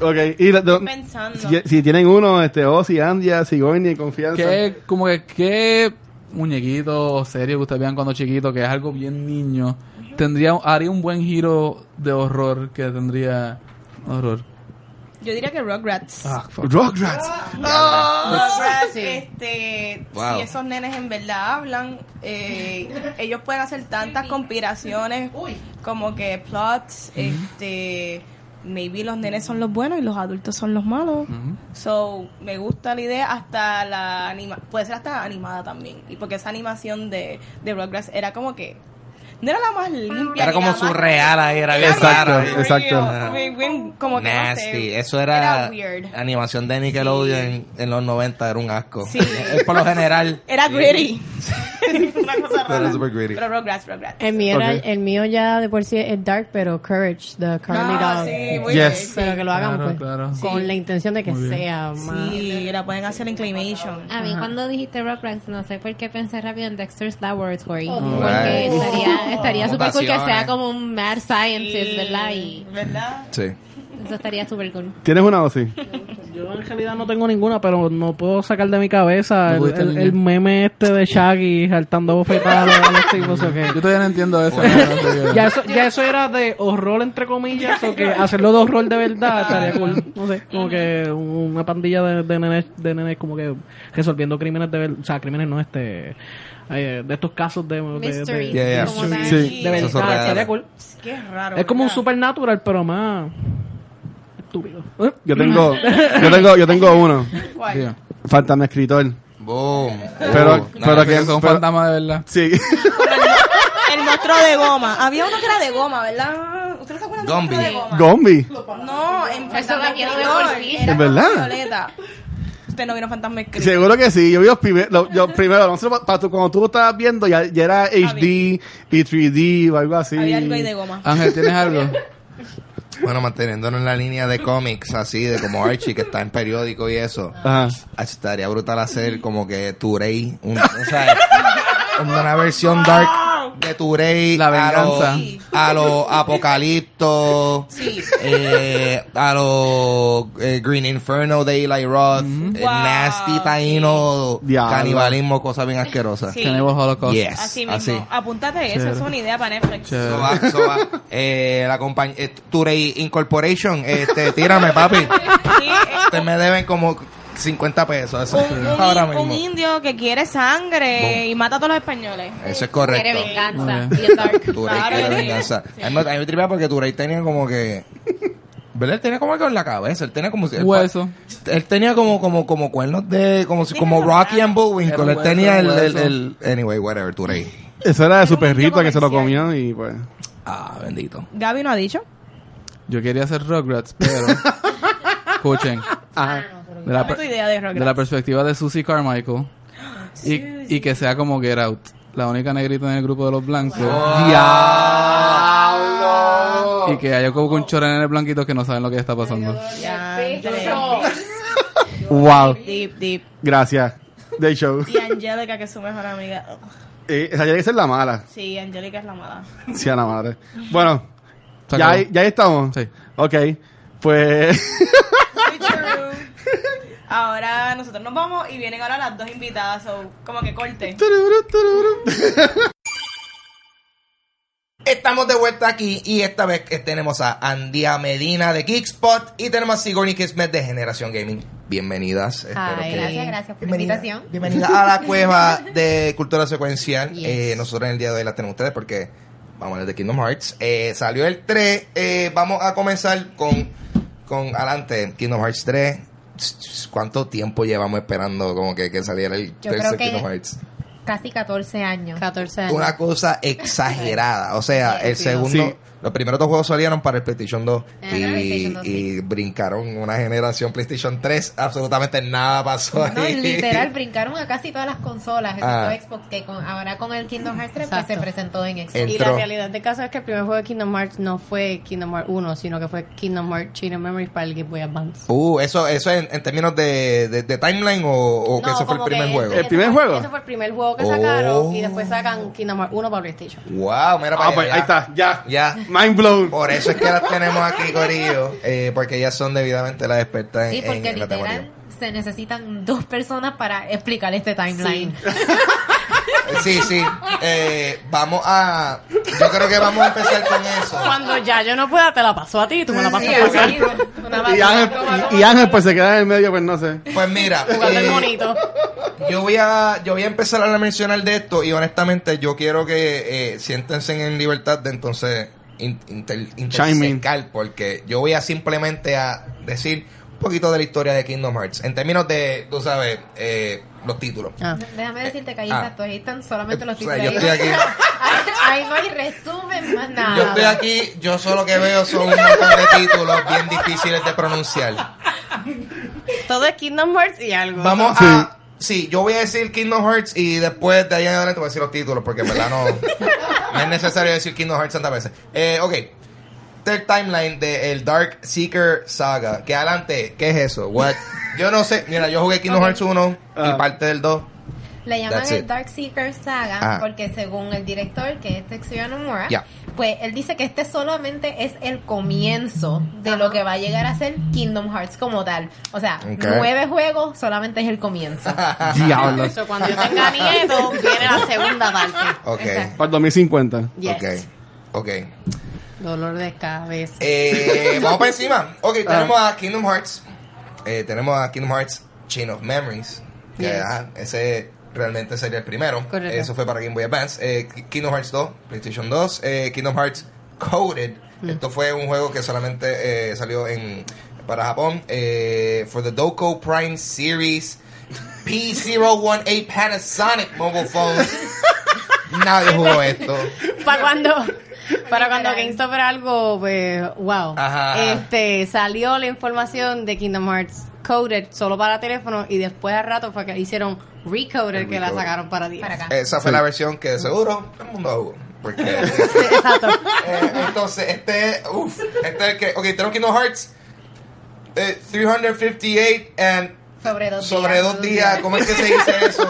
Ok, y la- de- Pensando. si, si tienen uno, este, Ozzy, Andia, Sigourney, Confianza. ¿Qué, como que, qué muñequito o serie que ustedes vean cuando chiquito, que es algo bien niño, tendría, haría un buen giro de horror que tendría horror? Yo diría que Rugrats. Ah, fuck. Rugrats. Rugrats, Sí. este, Wow. si esos nenes en verdad hablan, eh, ellos pueden hacer tantas conspiraciones como que plots, este, maybe los nenes son los buenos y los adultos son los malos. So, me gusta la idea hasta la anima, puede ser hasta animada también, y porque esa animación de, de Rugrats era como que no era la más limpia. Era ni como la más- surreal ahí, era bien Exacto, raro. exacto. Muy bien, Como que no sé, Nasty. Eso era, weird. animación de Nickelodeon en los 90, era un asco. Sí. Es por lo general. Era gritty. Una cosa rara. Era super gritty. Pero Rugrats, Rugrats. El mío, era- Ok. el mío ya de por sí es dark, pero Courage, the Carly Ah, Dog. sí, muy Yes. bien, sí. Pero que lo hagan Claro, pues, claro. con Sí. la intención de que Muy bien. sea más... Sí, la pueden hacer en Ah, Claymation. A mí cuando dijiste Rugrats, no sé por qué pensé rápido en Dexter's Laboratory. Oh, porque right. estaría, estaría súper cool que Mutaciones. sea como un mad scientist, ¿verdad? Y ¿Verdad? Sí. eso estaría súper cool. ¿Tienes una Ozzy? Yo en realidad no tengo ninguna, pero no puedo sacar de mi cabeza No el, pudiste el- alinear. el meme este de Shaggy saltando bofetadas a los tipos. o que- Yo todavía no entiendo eso. ¿no? No sé qué- Ya eso, ya eso era de horror entre comillas, o que hacerlo de horror de verdad estaría cool. No sé, como que una pandilla de, de nenes, de nenes como que resolviendo crímenes de verdad, o sea, crímenes no, este, eh, de estos casos de... de- de- Mysteries, Yeah, yeah. como tal. Sí. de Esos son verdad, estaría reales. cool. Qué raro. Es como un ¿verdad? supernatural, pero más estúpido. Yo tengo, yo tengo, yo tengo uno. ¿Cuál? Diga. Fantasma escritor. Boom. Pero- Boom. pero Nah, que- Que son pero- fantasmas de verdad. Sí. El monstruo de goma. Había uno que era de goma, ¿verdad? ¿Ustedes se acuerdan del Gombi. monstruo de goma? Gombi. No, en Fantasma dañado de Escritor, por sí. era Es verdad. como Violeta. Usted no vino Fantasma Escritor. Seguro que sí. Yo vi los primeros, los- yo primero, no sé, pa- pa- tú- cuando tú lo estabas viendo ya, ya era HD y 3D o algo así. Había algo ahí de goma. Ángel, ¿tienes algo? Bueno, manteniéndonos en la línea de cómics, así de como Archie, que está en periódico y eso. Ajá. Ah, Estaría brutal hacer como que Turei, un- o sea, una versión dark de Turei. La venganza. A los Apocalipto, Sí. eh, a los eh, Green Inferno de Eli Roth, Mm-hmm. eh, Wow, Nasty Taino, Diablo. canibalismo, cosas bien asquerosas. Sí. Tenemos Holocaust. Yes, Así así. mismo. Apúntate eso, es una idea para Netflix. Chévere. So va- so va. Eh, la compañía Turei Incorporation, este, tírame, papi. Sí, eh, Te me deben como 50 pesos. Eso, un, un- ahora un mismo. indio que quiere sangre y mata a todos los españoles. Eso es Quiere correcto. venganza. Muy Bien dark. Turey Claro. quiere venganza. A mí me- a mí me tripea porque Turey tenía como que. ¿Verdad? Él tenía como algo en la cabeza. Él tenía como. si- él- Hueso. Él tenía como, como, como cuernos de. Como, si- como Rocky and Era Bullwinkle. un Él hueso, tenía el, un el, hueso. el- Anyway, whatever, Turey. Eso era de su Era un perrito que se lo comercial. comió y pues. Ah, bendito. Gaby no ha dicho. Yo quería hacer Rugrats, pero... Escuchen. De la, Dame tu per- idea de de la Rugrats. perspectiva de Susie Carmichael. Y, y que sea como Get Out. La única negrita en el grupo de los blancos. Y que haya como un chorro en el blanquito que no saben lo que está pasando. Ya, Wow. Deep, deep. Gracias. Del show. Y Angélica, que es su mejor amiga. Eh, esa tiene que ser la mala. Sí, Angélica es la mala. Sí, a la madre. Bueno, Se ya, acabó. ahí- ya ahí estamos. Sí. Ok. Pues. Ahora nosotros nos vamos y vienen ahora las dos invitadas. So, como que corte. Estamos de vuelta aquí y esta vez eh, tenemos a Andía Medina de Geekspot y tenemos a Sigourney Kismet de Generación Gaming. Bienvenidas. espero Ay, que- gracias, gracias por la Bienvenida- invitación. Bienvenida a la cueva de cultura secuencial. Yes. Eh, nosotros en el día de hoy la tenemos a ustedes porque vamos a hablar de Kingdom Hearts. Eh, salió el 3. eh, vamos a comenzar con, con adelante, Kingdom Hearts 3. ¿Cuánto tiempo llevamos esperando como que, que saliera el Yo tercer creo que- Kingdom Hearts? Casi 14 años. 14 años. Una cosa exagerada. O sea, el segundo. Sí. Los primeros dos juegos salieron para el PlayStation 2 Ah, y, PlayStation 2, sí. y brincaron una generación PlayStation 3. Absolutamente nada pasó ahí. No, literal, brincaron a casi todas las consolas, Ah. excepto Xbox, que con- ahora con el Kingdom Hearts 3 pues, Exacto. se presentó en Xbox. Y la Entró. realidad del caso es que el primer juego de Kingdom Hearts no fue Kingdom Hearts 1, sino que fue Kingdom Hearts Chain of Memories para el Game Boy Advance. Uh, eso, eso en, en términos de, de- de timeline o, o que No, eso fue el como primer que juego. ese ¿El primer fue- juego? Ese fue el primer juego que Oh. sacaron y después sacan Kingdom Hearts 1 para PlayStation. Wow, mira para Ah, allá, pues ya. ahí está, ya. Ya. Mind blown. Por eso es que las tenemos aquí, Corillo. Eh, porque ellas son debidamente las expertas en, Sí, porque en la literal temática. se necesitan dos personas para explicar este timeline. Eh, Sí, sí. Eh, vamos a. Yo creo que vamos a empezar con eso. Cuando ya yo no pueda, te la paso a ti y tú me la pasas Sí, a ti. así, una Y Ángel, y- y Ángel, pues se queda en el medio, pues no sé. Pues mira, Jugando el eh, monito. yo voy a yo voy a empezar a mencionar de esto y honestamente yo quiero que eh, siéntense en libertad de entonces in- inter- intersecar porque yo voy a simplemente a decir un poquito de la historia de Kingdom Hearts en términos de, tú sabes, eh, los títulos. Ah. Déjame decirte que ahí Ah. exacto, ahí están solamente los O sea, títulos. yo estoy aquí. Ahí no hay resumen, más nada. Yo estoy aquí, yo solo que veo son un montón de títulos bien difíciles de pronunciar. Todo es Kingdom Hearts y algo. Vamos a. Sí, yo voy a decir Kingdom Hearts y después de ahí en adelante voy a decir los títulos porque en verdad no, no es necesario decir Kingdom Hearts tantas veces. Eh, ok. Third timeline de el Dark Seeker Saga. Que adelante, ¿qué es eso? What? Yo no sé. Mira, yo jugué Kingdom Ok. Hearts 1 y Ah. parte del 2. Le llaman That's it. el Dark Seeker Saga Ah. porque según el director, que es Tetsuya Nomura, Ya. pues él dice que este solamente es el comienzo de lo que va a llegar a ser Kingdom Hearts como tal. O sea, Ok. nueve juegos solamente es el comienzo. Diablo. Eso, cuando yo tenga nieto, viene la segunda parte. Ok. Exacto. Para el 2050. Yes. Ok. Ok. Dolor de cabeza. Eh, vamos para encima. Ok, Ah. tenemos a Kingdom Hearts. Eh, tenemos a Kingdom Hearts Chain of Memories. Que, Yes. ah, ese realmente sería el primero. Correcto. Eso fue para Game Boy Advance. Eh, Ki- Kingdom Hearts 2, PlayStation 2. eh, Kingdom Hearts Coded. Mm. Esto fue un juego que solamente eh, salió en para Japón. Eh, for the Doco Prime Series P018 Panasonic Mobile Phones. Nadie jugó esto. para cuando para cuando Literal. GameStop era algo pues wow Ajá, ajá. este salió la información de Kingdom Hearts coded solo para teléfono y después al rato fue que hicieron recoded El que la recoded. sacaron para 10 Para acá. Esa fue la versión que de seguro todo el mundo jugó. Porque exacto Eh, entonces, este, uff, este es el que, ok, tenemos Kingdom Hearts, eh, 358 and Sobre dos sobre días. dos días, ¿cómo es que se dice eso?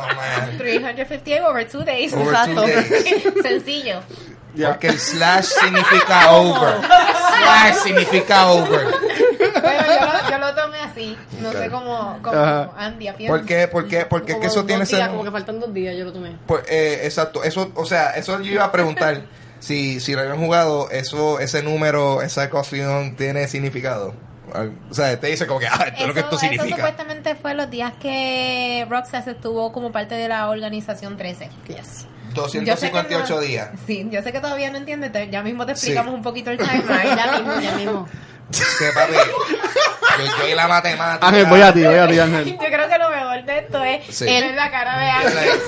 Oh, man. 358 over two days. Over Exacto. two days. Sencillo. Ya. Porque el slash significa over. Slash significa over. Bueno, yo lo, yo lo tomé así. No Ok. sé cómo, cómo Ajá. Andy piensa. ¿Por qué? ¿Por qué? Porque es Como que eso dos tiene días, ser... como que faltan dos días yo lo tomé Por- eh, exacto, eso, o sea, eso yo iba a preguntar si, si lo habían jugado, eso, ese número, esa ecuación tiene significado. Al- O sea, te dice como que, ah, esto es lo que esto eso significa. supuestamente fue los días que Roxas estuvo como parte de la organización 13. yes Yo sé que no- 258 días. Sí, yo sé que todavía no entiendes, te- ya mismo te Sí. explicamos un poquito el timeline. ya mismo ya mismo Que papi, yo, yo y la matemática. Ángel, voy a ti, voy a ti, Ángel. Yo creo que lo mejor de esto es Sí. eh, él en la cara de La- alguien.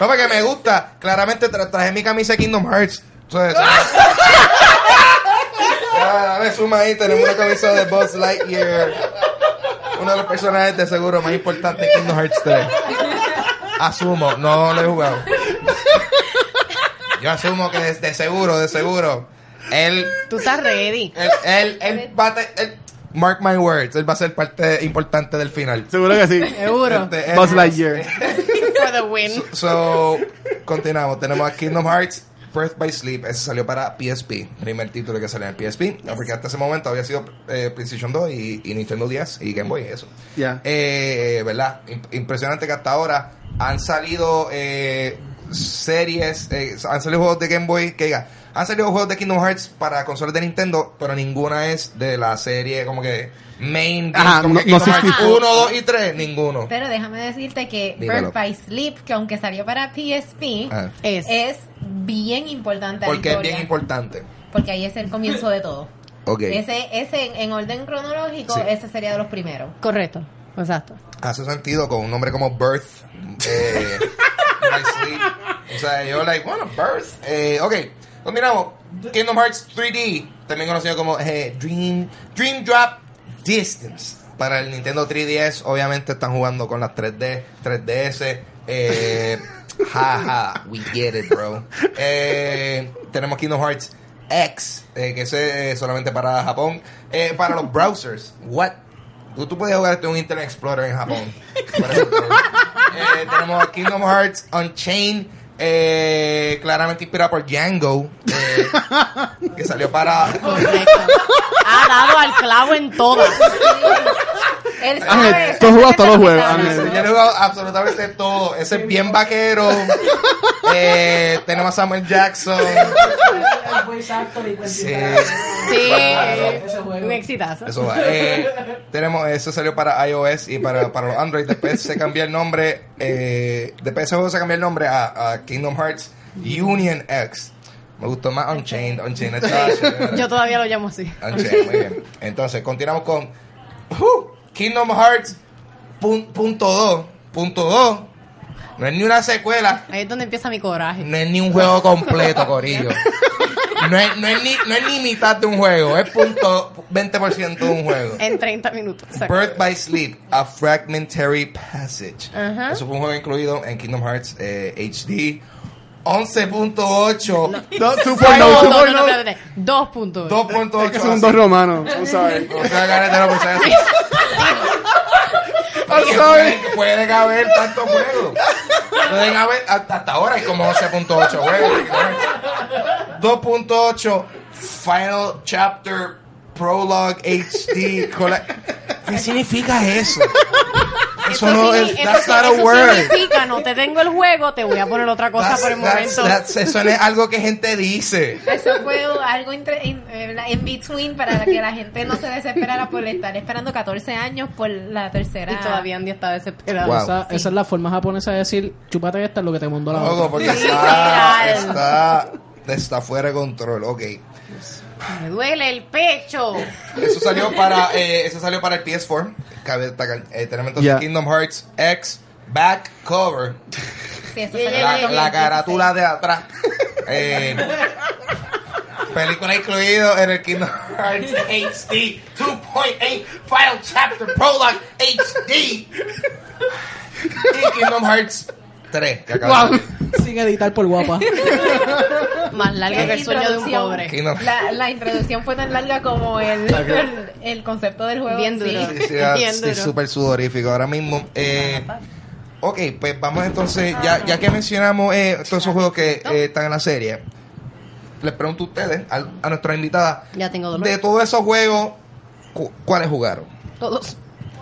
No, porque me gusta. Claramente tra- traje mi camisa de Kingdom Hearts. Entonces, ya, a ver, suma ahí. Tenemos una camisa de Buzz Lightyear. Uno de los personajes de seguro más importantes de Kingdom Hearts 3. Asumo, no lo he jugado. Yo asumo que de, de seguro, de seguro. Él tú estás ready Él, él, él va a te- él- mark my words, él va a ser parte importante del final. Seguro que sí. seguro Este, él- Buzz Lightyear. for the win So, continuamos. Tenemos a Kingdom Hearts. Birth by Sleep, ese salió para PSP, primer título que salió en PSP, No, porque hasta ese momento había sido eh, PlayStation 2 y, y Nintendo 10 y Game Boy, eso. Ya. Eh, ¿Verdad? Imp- Impresionante que hasta ahora han salido eh, series, eh, han salido juegos de Game Boy, que diga, han salido juegos de Kingdom Hearts para consolas de Nintendo, pero ninguna es de la serie como que main, Ajá, como que no- no Kingdom Hearts 1, sustituye. 2 y 3, ninguno. Pero déjame decirte que Dímelo. Birth by Sleep, que aunque salió para PSP, Ah, es es bien importante. a la porque es historia, bien importante. Porque ahí es el comienzo de todo. Ok. Ese, ese en, en orden cronológico, Sí. ese sería de los primeros. correcto exacto hace sentido con un nombre como Birth. Eh, by Sleep. o sea, yo, like, bueno, Birth. Eh, ok, Pues miramos, Kingdom Hearts 3D, también conocido como eh, Dream, Dream Drop Distance. Para el Nintendo 3DS, obviamente están jugando con las 3D, 3DS. Eh, jaja, we get it, bro. Eh, tenemos Kingdom Hearts X, eh, que es eh, solamente para Japón. Eh, para los browsers, what? Tú, tú podías jugar esto en un Internet Explorer en Japón. por ejemplo. Eh, tenemos Kingdom Hearts Unchained, eh, claramente inspirado por Django, eh, que salió para... Correcto. Ha dado al clavo en todas. Él Ángel, sabe. tú has jugado todos los juegos, Ah, Ángel. Yo le he jugado absolutamente todo. Ese es bien vaquero. Eh, tenemos a Samuel Jackson. Sí. Sí. Claro. Un exitazo. Eso va. Eh, tenemos, eso salió para iOS y para, para los Android. Después se cambió el nombre. Eh, después de ese juego se cambió el nombre a, a Kingdom Hearts Union X. Me gustó más Unchained. Unchained está chévere. Yo todavía lo llamo así. Unchained, muy bien. Entonces, continuamos con ¡uh! Kingdom Hearts pun- punto 2. Punto 2. No es ni una secuela, Ahí es donde empieza mi coraje. no es ni un juego completo, Corillo. No es, no es ni, no es ni mitad de un juego, es punto 20% de un juego. En 30 minutos. exacto. Birth by Sleep, A Fragmentary Passage. Ajá. Eso fue un juego incluido en Kingdom Hearts eh, HD 11.8. No, No, eh, 2.0, no, no, 2.0. espérate, espérate. Dos puntos. Es 2.8. que son así. dos romanos. I'm sorry. O sea, Gareth, no pensaba así. I'm Que sorry. pueden- Pueden haber tantos juegos. Pueden haber, hasta, hasta ahora hay como 11.8 juegos. 2.8 Final Chapter Prologue HD. colla- ¿Qué significa eso? Eso no signi- es. eso That's sí- not a eso word. significa, no te tengo el juego, te voy a poner otra cosa That's- por el that's- momento. that's- eso no es algo que gente dice. Eso fue algo entre- en, eh, la- en between para que la gente no se desesperara por estar esperando 14 años por la tercera. Y todavía Andy está desesperado. Wow. Esa, esa es la forma japonesa de decir, chúpate esta, lo que te mandó la Loco, otra. porque Sí, está, literal. está, está fuera de control. Ok. Me duele el pecho. Eso salió para, eh, eso salió para el PS4. Cabe destacar. Eh, tenemos entonces Ya. Kingdom Hearts X Back Cover. Sí, eso Yeah, fue yeah, la- La, yeah, la carátula de atrás. Eh, película incluido en el Kingdom Hearts HD 2.8 Final Chapter Prologue HD. Y Kingdom Hearts 3. Que acaba de- Sin editar por guapa. Más largo que el sueño de un Introducción. pobre. Kingdom- La, la introducción fue tan larga como el, el, el concepto del juego. Bien en sí. duro. Sí, sí, ah, Bien estoy duro. súper sudorífico ahora mismo. Eh, ok, pues vamos entonces, ya, ya que mencionamos eh, todos esos juegos que eh, están en la serie, les pregunto a ustedes, al- a, nuestra invitada, Ya tengo dolor. de todos esos juegos, cu- ¿cuáles jugaron? Todos.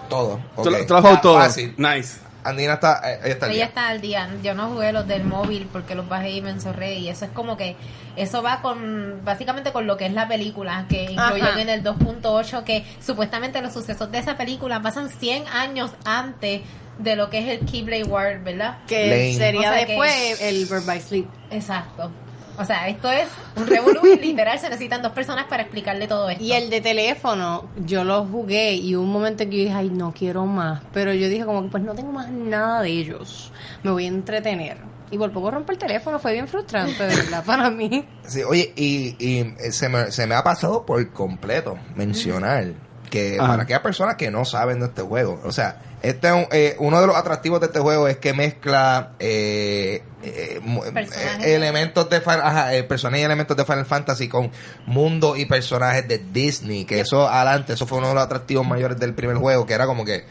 Todos. ok. Tú lo- tú lo has jugado Ah, todo. Fácil. Nice. Andina está, eh, ahí está el Ella día. está al día. Yo no jugué los del móvil porque los bajé y me encerré. Y eso es como que. Eso va con. Básicamente con lo que es la película. Que incluyen Ajá. en el 2.8. Que supuestamente los sucesos de esa película pasan 100 años antes de lo que es el Keyblade War, ¿verdad? Que Lame. sería O sea que- después el Bird by Sleep. Exacto. O sea, esto es un revolú y literal. Se necesitan dos personas para explicarle todo esto. Y el de teléfono, yo lo jugué y hubo un momento en que yo dije, ay, no quiero más. Pero yo dije como que pues no tengo más nada de ellos. Me voy a entretener. Y por poco rompo el teléfono, fue bien frustrante, de ¿verdad? Para mí. Sí, oye, y, y, eh, se, me, se me ha pasado por completo mencionar que Ajá. para aquellas personas que no saben de este juego, o sea, este es un- eh, uno de los atractivos de este juego es que mezcla eh, eh, mu- Personajes. eh, elementos de fan- ajá, eh, personajes y elementos de Final Fantasy con mundo y personajes de Disney, que eso adelante, eso fue uno de los atractivos mayores del primer juego, que era como que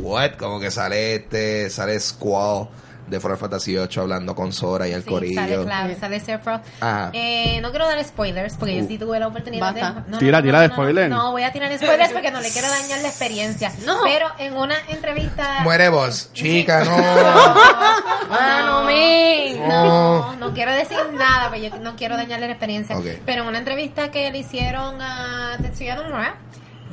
what, como que sale este, sale Squall de Final Fantasy 8 hablando con Sora y el Sí, corillo. Ah. sale Cloud, sale Sephiroth. Ajá. Eh, no quiero dar spoilers porque Uh. yo sí tuve la oportunidad Basta. de. No, Tira, no, no, tira no, de no, spoiler. No, voy a tirar spoilers porque no le quiero dañar la experiencia. No. Pero en una entrevista. Muere vos, chica, no. no. Mano, men. No, no quiero decir nada, pero yo no quiero dañarle la experiencia. Ok. Pero en una entrevista que le hicieron a Tetsuya Nomura,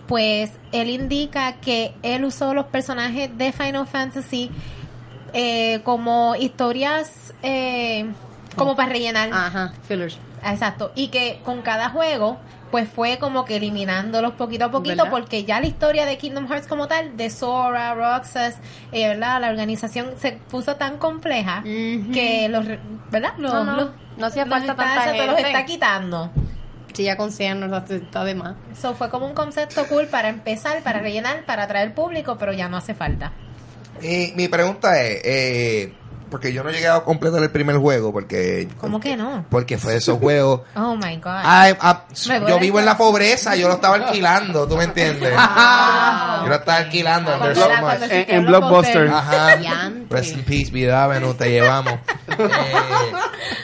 pues él indica que él usó los personajes de Final Fantasy eh, como historias, eh, como para rellenar. Ah. Ajá, fillers. Exacto. Y que con cada juego, pues fue como que eliminándolos poquito a poquito, ¿Verdad? porque ya la historia de Kingdom Hearts como tal, de Sora, Roxas, eh, ¿verdad? La organización se puso tan compleja que los, re- ¿verdad? Los, No, no, los- no hacía los falta está- tanta exacto, los gente. está quitando. Si ya con 100 no está- está de más. Eso fue como un concepto cool para empezar, para rellenar, para atraer público, pero ya no hace falta. Y mi pregunta es, eh, porque yo no he llegado a completar el primer juego, porque... ¿Cómo que no? Porque fue de esos juegos... Oh my god. Ay, ah, Me duele yo el vivo en la pobreza, yo lo estaba alquilando, ¿tú me entiendes? yo lo estaba alquilando. Ah. Cuando there's era- so cuando much. existían En- en los Blockbuster. hostels. Ajá. Diantre. Rest in peace, vida, Venu, te llevamos. Eh,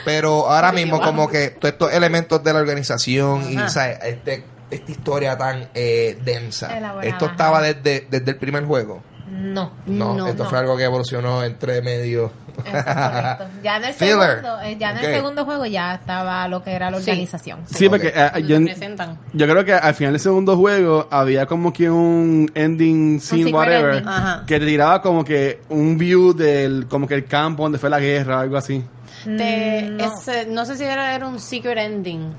pero ahora mismo, como que todos estos elementos de la organización y ¿sabes? Este, esta historia tan eh, densa, Elaborada, esto ajá. estaba desde, desde el primer juego. No. No, No, esto no. fue algo que evolucionó entre medio. Eso es correcto. Ya en el Filler. segundo, eh, ya en Ok. el segundo juego ya estaba lo que era la organización. Sí, porque eh, Donde yo, te presentan. yo creo que al final del segundo juego había como que un ending scene, secret whatever, ending. Ajá. que te tiraba como que un view del como que el campo donde fue la guerra, algo así. Te- Mm, no. ese- no sé si era, era un secret ending.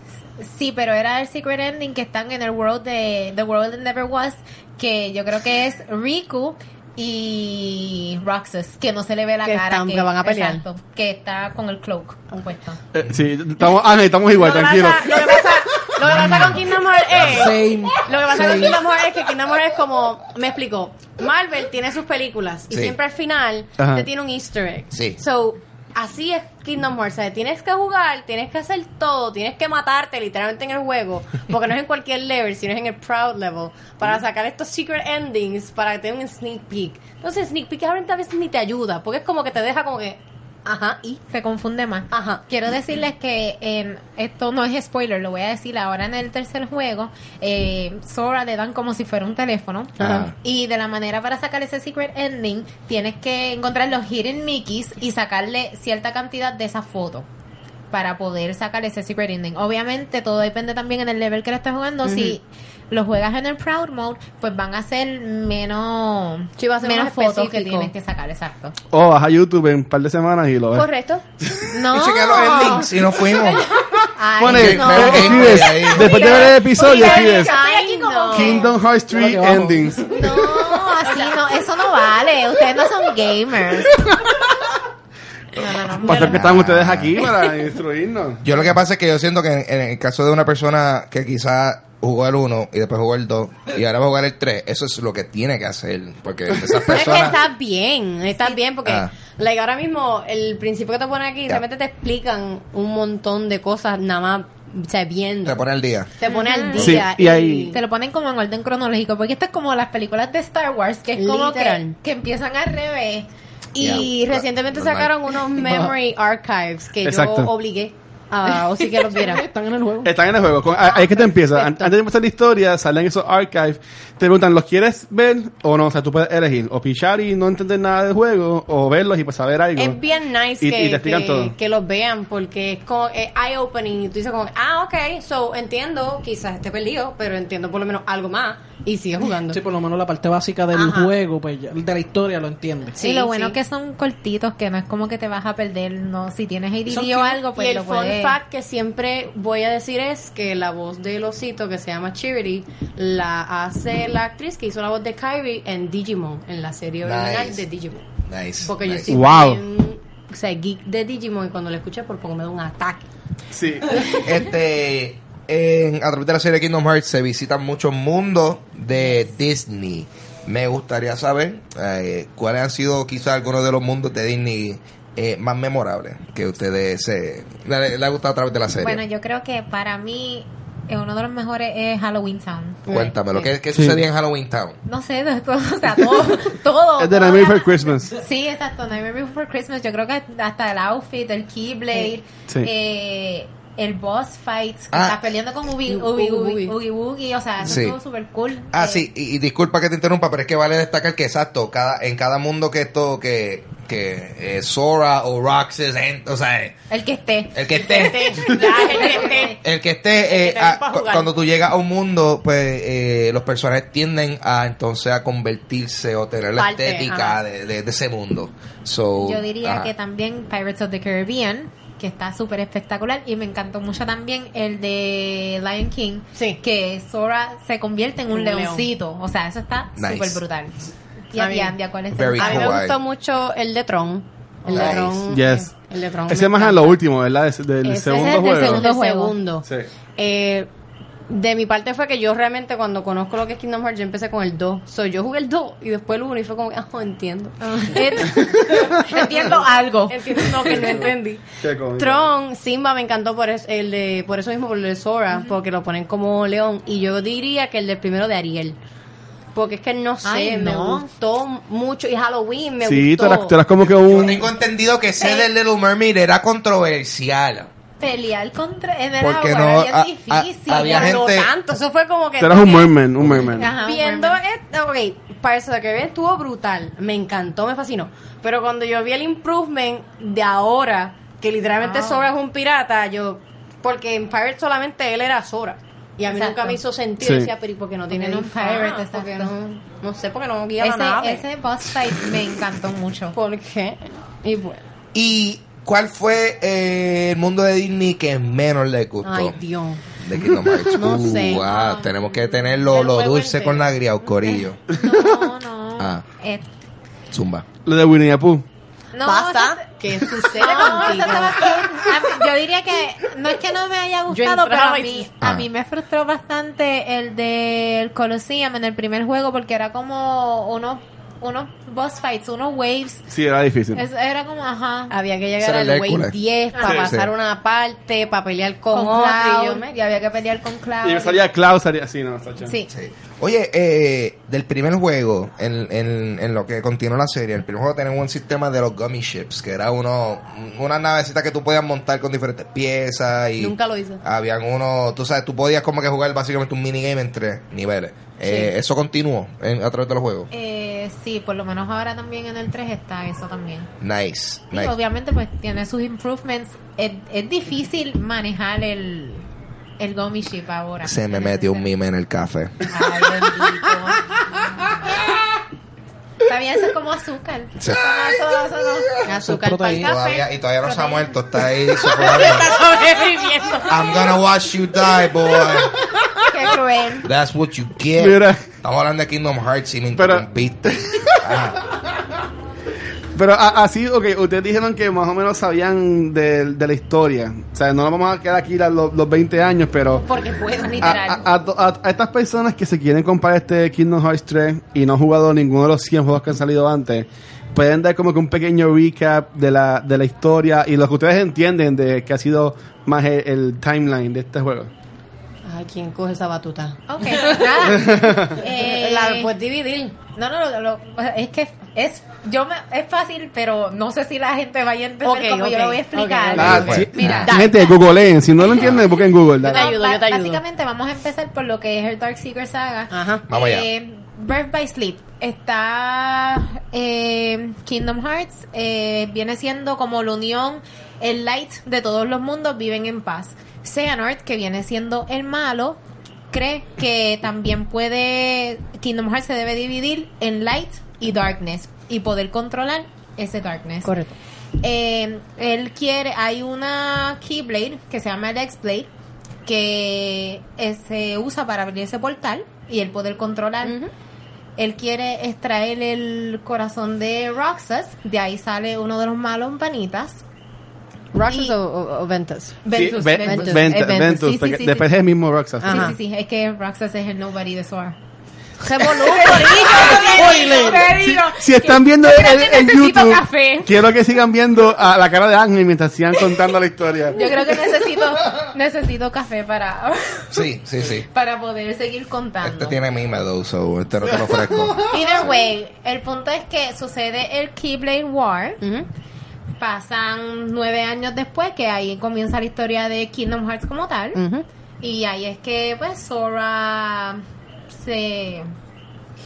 Sí, pero era el secret ending que están en el world de The World That Never Was, que yo creo que es Riku y Roxas, que no se le ve la Que cara. están- que van a pelear. exacto, que está con el cloak puesto. Eh, sí, estamos, ah, estamos igual, Lo que tranquilo. pasa- Lo que pasa, lo que pasa con Kingdom Hearts es... Lo que pasa con Kingdom Hearts es que Kingdom Hearts es como... Me explico. Marvel tiene sus películas y Sí. siempre al final Ajá. te tiene un easter egg. Sí. So, así es Kingdom Hearts. o sea, Tienes que jugar, tienes que hacer todo, tienes que matarte literalmente en el juego. Porque no es en cualquier level, sino es en el proud level. Para sacar estos secret endings, para que tengan un sneak peek. Entonces, sneak peek ahorita a veces ni te ayuda. Porque es como que te deja como que... Ajá, y... Se confunde más. Ajá. Quiero decirles que eh, esto no es spoiler, lo voy a decir ahora en el tercer juego. eh, Sora le dan como si fuera un teléfono. Ajá. Y de la manera para sacar ese secret ending, tienes que encontrar los hidden mickeys y sacarle cierta cantidad de esa foto para poder sacar ese secret ending. Obviamente todo depende también en el level que lo estés jugando. Si lo juegas en el proud mode, pues van a ser menos Sí, va a ser menos más fotos que específico. tienes que sacar, exacto. Oh, vas a YouTube en un par de semanas y lo ves. Correcto. No. Y chequea los endings y nos fuimos. Ay, Pone, no. eh, escribes, después de ver el episodio, escribes Kingdom Hearts 3 Endings. No, así no, eso no vale. Ustedes no son gamers. No, no, no. Para eso que están ustedes aquí, para instruirnos. Yo lo que pasa es que yo siento que en, en el caso de una persona que quizás jugó el 1 y después jugó el 2 y ahora va a jugar el 3, eso es lo que tiene que hacer. Porque esas Pero es que personas. estás bien, estás bien porque Ah. like, ahora mismo el principio que te pone aquí realmente te explican un montón de cosas nada más o sea, viendo. Te pone al día. Te pone al Sí, día. y ahí- Te lo ponen como en orden cronológico, porque esto es como las películas de Star Wars, que es como que, Literal. que empiezan al revés. y Yeah. recientemente Normal. sacaron unos memory archives que Exacto. yo obligué a o sí que los viera. Están en el juego. Están en el juego. Con- ahí es que te empieza. An- Perfecto. Antes de empezar la historia, salen esos archives. Te preguntan, ¿los quieres ver o no? O sea, tú puedes elegir. O pichar y no entender nada del juego, o verlos y pues saber algo. Es bien nice Y- que, y te explican que- todo. que los vean porque es como es eye opening y tú dices como ah ok so entiendo quizás esté perdido pero entiendo por lo menos algo más y sigue jugando Sí, por lo menos la parte básica del Ajá. juego, pues ya- de la historia lo entiendes. Sí, lo bueno que son cortitos, que no es como que te vas a perder, no, si tienes Son ADD o cute. algo, pues y el lo fun puedes. fact que siempre voy a decir es que la voz del osito que se llama Chirity la hace la actriz que hizo la voz de Kyrie en Digimon, en la serie Nice. original de Digimon. Nice. Porque yo nice. soy Wow. bien, o sea, geek de Digimon y cuando la escuché por poco me da un ataque. Sí. Este, en- a través de la serie Kingdom Hearts se visitan muchos mundos de Disney. Me gustaría saber eh, cuáles han sido quizás algunos de los mundos de Disney eh, más memorables que ustedes se, le, le ha gustado a través de la serie. Bueno, yo creo que para mí eh, uno de los mejores es Halloween Town. Cuéntamelo, ¿qué, qué sucedía en Halloween Town? No sé, de todo, o sea, todo, todo. Es de toda Nightmare la- Before Christmas. Sí, exacto, Nightmare Before Christmas. Yo creo que hasta el outfit, el Keyblade, Sí. eh, el boss fight, que Ah. estás peleando con Ubi Oogie Ubi Ubi Boogie. Oogie Boogie, o sea, eso Sí. estuvo súper cool. Ah, Eh, sí, y, y disculpa que te interrumpa, pero es que vale destacar que exacto, cada, en cada mundo que esto, que, que eh, Sora o Roxas, en- o sea, eh, El que esté. el que esté, El que esté, eh, tenés a- pa' cu- jugar. cuando tú llegas a un mundo, pues eh, los personajes tienden a entonces a convertirse o tener la Parte, estética ajá. de, de- de ese mundo. So, Yo diría Oh, ajá. que también Pirates of the Caribbean, que que está súper espectacular. Y me encantó mucho también el de Lion King, Sí. que Sora se convierte en un, Un león. leoncito. O sea, eso está Nice. súper brutal. Y A a mí- ti, Andia, ¿cuál es Very el A mí me Kawaii. gustó mucho el de Tron. El de Nice. Tron. Yes. El de Tron. Ese me más es encanta. lo último, ¿verdad? Es del Ese segundo es el juego. del segundo Del juego. segundo. Sí. Eh, de mi parte fue que yo realmente cuando conozco lo que es Kingdom Hearts, yo empecé con el 2. So, yo jugué el 2 y después el 1 y fue como, ah, no entiendo. Este- Entiendo algo. entiendo no, que no entendí. Qué cómico. Tron, Simba me encantó por, es- el de, por eso mismo, por el de Sora, porque lo ponen como león. Y yo diría que el del primero de Ariel. Porque es que no sé, Ay, me no. gustó mucho. Y Halloween me Sí, tú gustó. eras, tú eras como que Yo un... tengo entendido que ese del Little Mermaid era controversial. Pelear contra. Es verdad, Porque bueno, no, bien a- a- difícil. había Por lo gente- tanto, eso fue como que... Tú eras un merman, un merman. Ajá, Viendo Ah, bueno. esto, ok, Pirates of the Caribbean estuvo brutal, me encantó, me fascinó. Pero cuando yo vi el improvement de ahora, que literalmente Wow. Sora es un pirata, yo, porque en Pirates solamente él era Sora. Y a mí Exacto. nunca me hizo sentido, Sí. Yo decía, pero ¿y por qué no tiene no es un disfraz? pirate, ¿Por qué exacto. no, no sé, porque no guía la Ese, nave. ese boss fight me encantó mucho. ¿Por qué? Y bueno, ¿Y cuál fue eh, el mundo de Disney que menos le gustó? ay Dios. De Kingdom Hearts. No sé. wow, tenemos que tener lo, El lo juego dulce entero. con la gría o corillo. No, no. Ah. Eh, Zumba. Lo de Winnie the Pooh. no, Pasa, eso- ¿qué sucede No, eso contigo? estaba bien. A mí- Yo diría que no es que no me haya gustado, pero entraba a y- mí, Ah. a mí me frustró bastante el del Colosseum en el primer juego porque era como unos, unos boss fights, unos waves. Sí, era difícil. Es- era como, ajá. Había que llegar Será el al Wave Hércules. 10 para Sí. pasar Sí. una parte, para pelear con, Con otra. Y yo Cloud, me- y había que pelear con Cloud. Y yo salía Klaus, salía... Sí, no, Sacha. Sí. Sí. Oye, eh, del primer juego, en, en, en lo que continúa la serie, el primer juego tenemos un sistema de los gummy ships, que era uno, una navecita que tú podías montar con diferentes piezas y... Nunca lo hice. Habían uno, tú sabes, tú podías como que jugar básicamente un minigame en tres niveles. Eh, eso continuó en- a través de los juegos. Eh, sí, por lo menos ahora también en el 3 está eso también. Nice, Y nice. obviamente pues tiene sus improvements. Es, es difícil manejar el, el gummy ship ahora. Se me metió un mime en el café. Ay, bendito. Está bien, eso es como azúcar. Sí. Eso no, eso no, eso no. Azúcar para el Y café. todavía, y todavía no se ha muerto, está ahí sofocando. sobreviviendo. I'm gonna watch you die, boy. Qué cruel. That's what you get. Mira, Estamos hablando de Kingdom Hearts y me Pero- interrumpiste. Ah, pero a- así, ok, ustedes dijeron que más o menos sabían de, de la historia. O sea, no nos vamos a quedar aquí la- los, los 20 años, pero... Porque puedo, A, literal. a- a to- a- a estas personas que se quieren comprar este Kingdom Hearts 3 y no han jugado ninguno de los 100 juegos que han salido antes, pueden dar como que un pequeño recap de la, de la historia y lo que ustedes entienden de que ha sido más el, el timeline de este juego. Ay, ¿quién coge esa batuta? Ok, nada. Eh, la puedes dividir. no, no, lo- lo- es que es, yo me, es fácil, pero no sé si la gente vaya a entender Ok, como yo ok, lo voy a explicar. ok, ok. Ah, pues, sí. Mira, Gente, googleen. Si no lo entienden, busquen en Google. Yo te dale. No, ayudo, yo te ba- ayudo. Básicamente vamos a empezar por lo que es el Dark Seeker Saga. Ajá. Vamos allá. Eh, Birth by Sleep. Está eh, Kingdom Hearts. eh, viene siendo como la unión, el light de todos los mundos viven en paz. Xehanort, que viene siendo el malo, cree que también puede... Kingdom Hearts se debe dividir en light y darkness y poder controlar ese darkness. Correcto. Eh, él quiere, hay una Keyblade que se llama el X-Blade que eh, se usa para abrir ese portal y el poder controlar. Él quiere extraer el corazón de Roxas, de ahí sale uno de los malos panitas. Roxas Y- o, o- o Ventus. Ventus, Sí, Ve- Ventus, Ventus, eh, Ventus. Ventus, Sí, sí, porque sí, después sí. Ah, es el mismo Roxas. Sí, Ajá. sí, sí, es que Roxas es el nobody de Sora. Si, si están viendo el, el- el necesito YouTube, café. quiero que sigan viendo a la cara de Ángel mientras sigan contando la historia. Yo creo que necesito necesito café para sí, sí, sí. para poder seguir contando. Este tiene mime, though, so este no te lo ofrezco. Either way, el punto es que sucede el Keyblade War. Ujú. Pasan nueve años después, que ahí comienza la historia de Kingdom Hearts como tal. Ujú. Y ahí es que, pues, Sora se.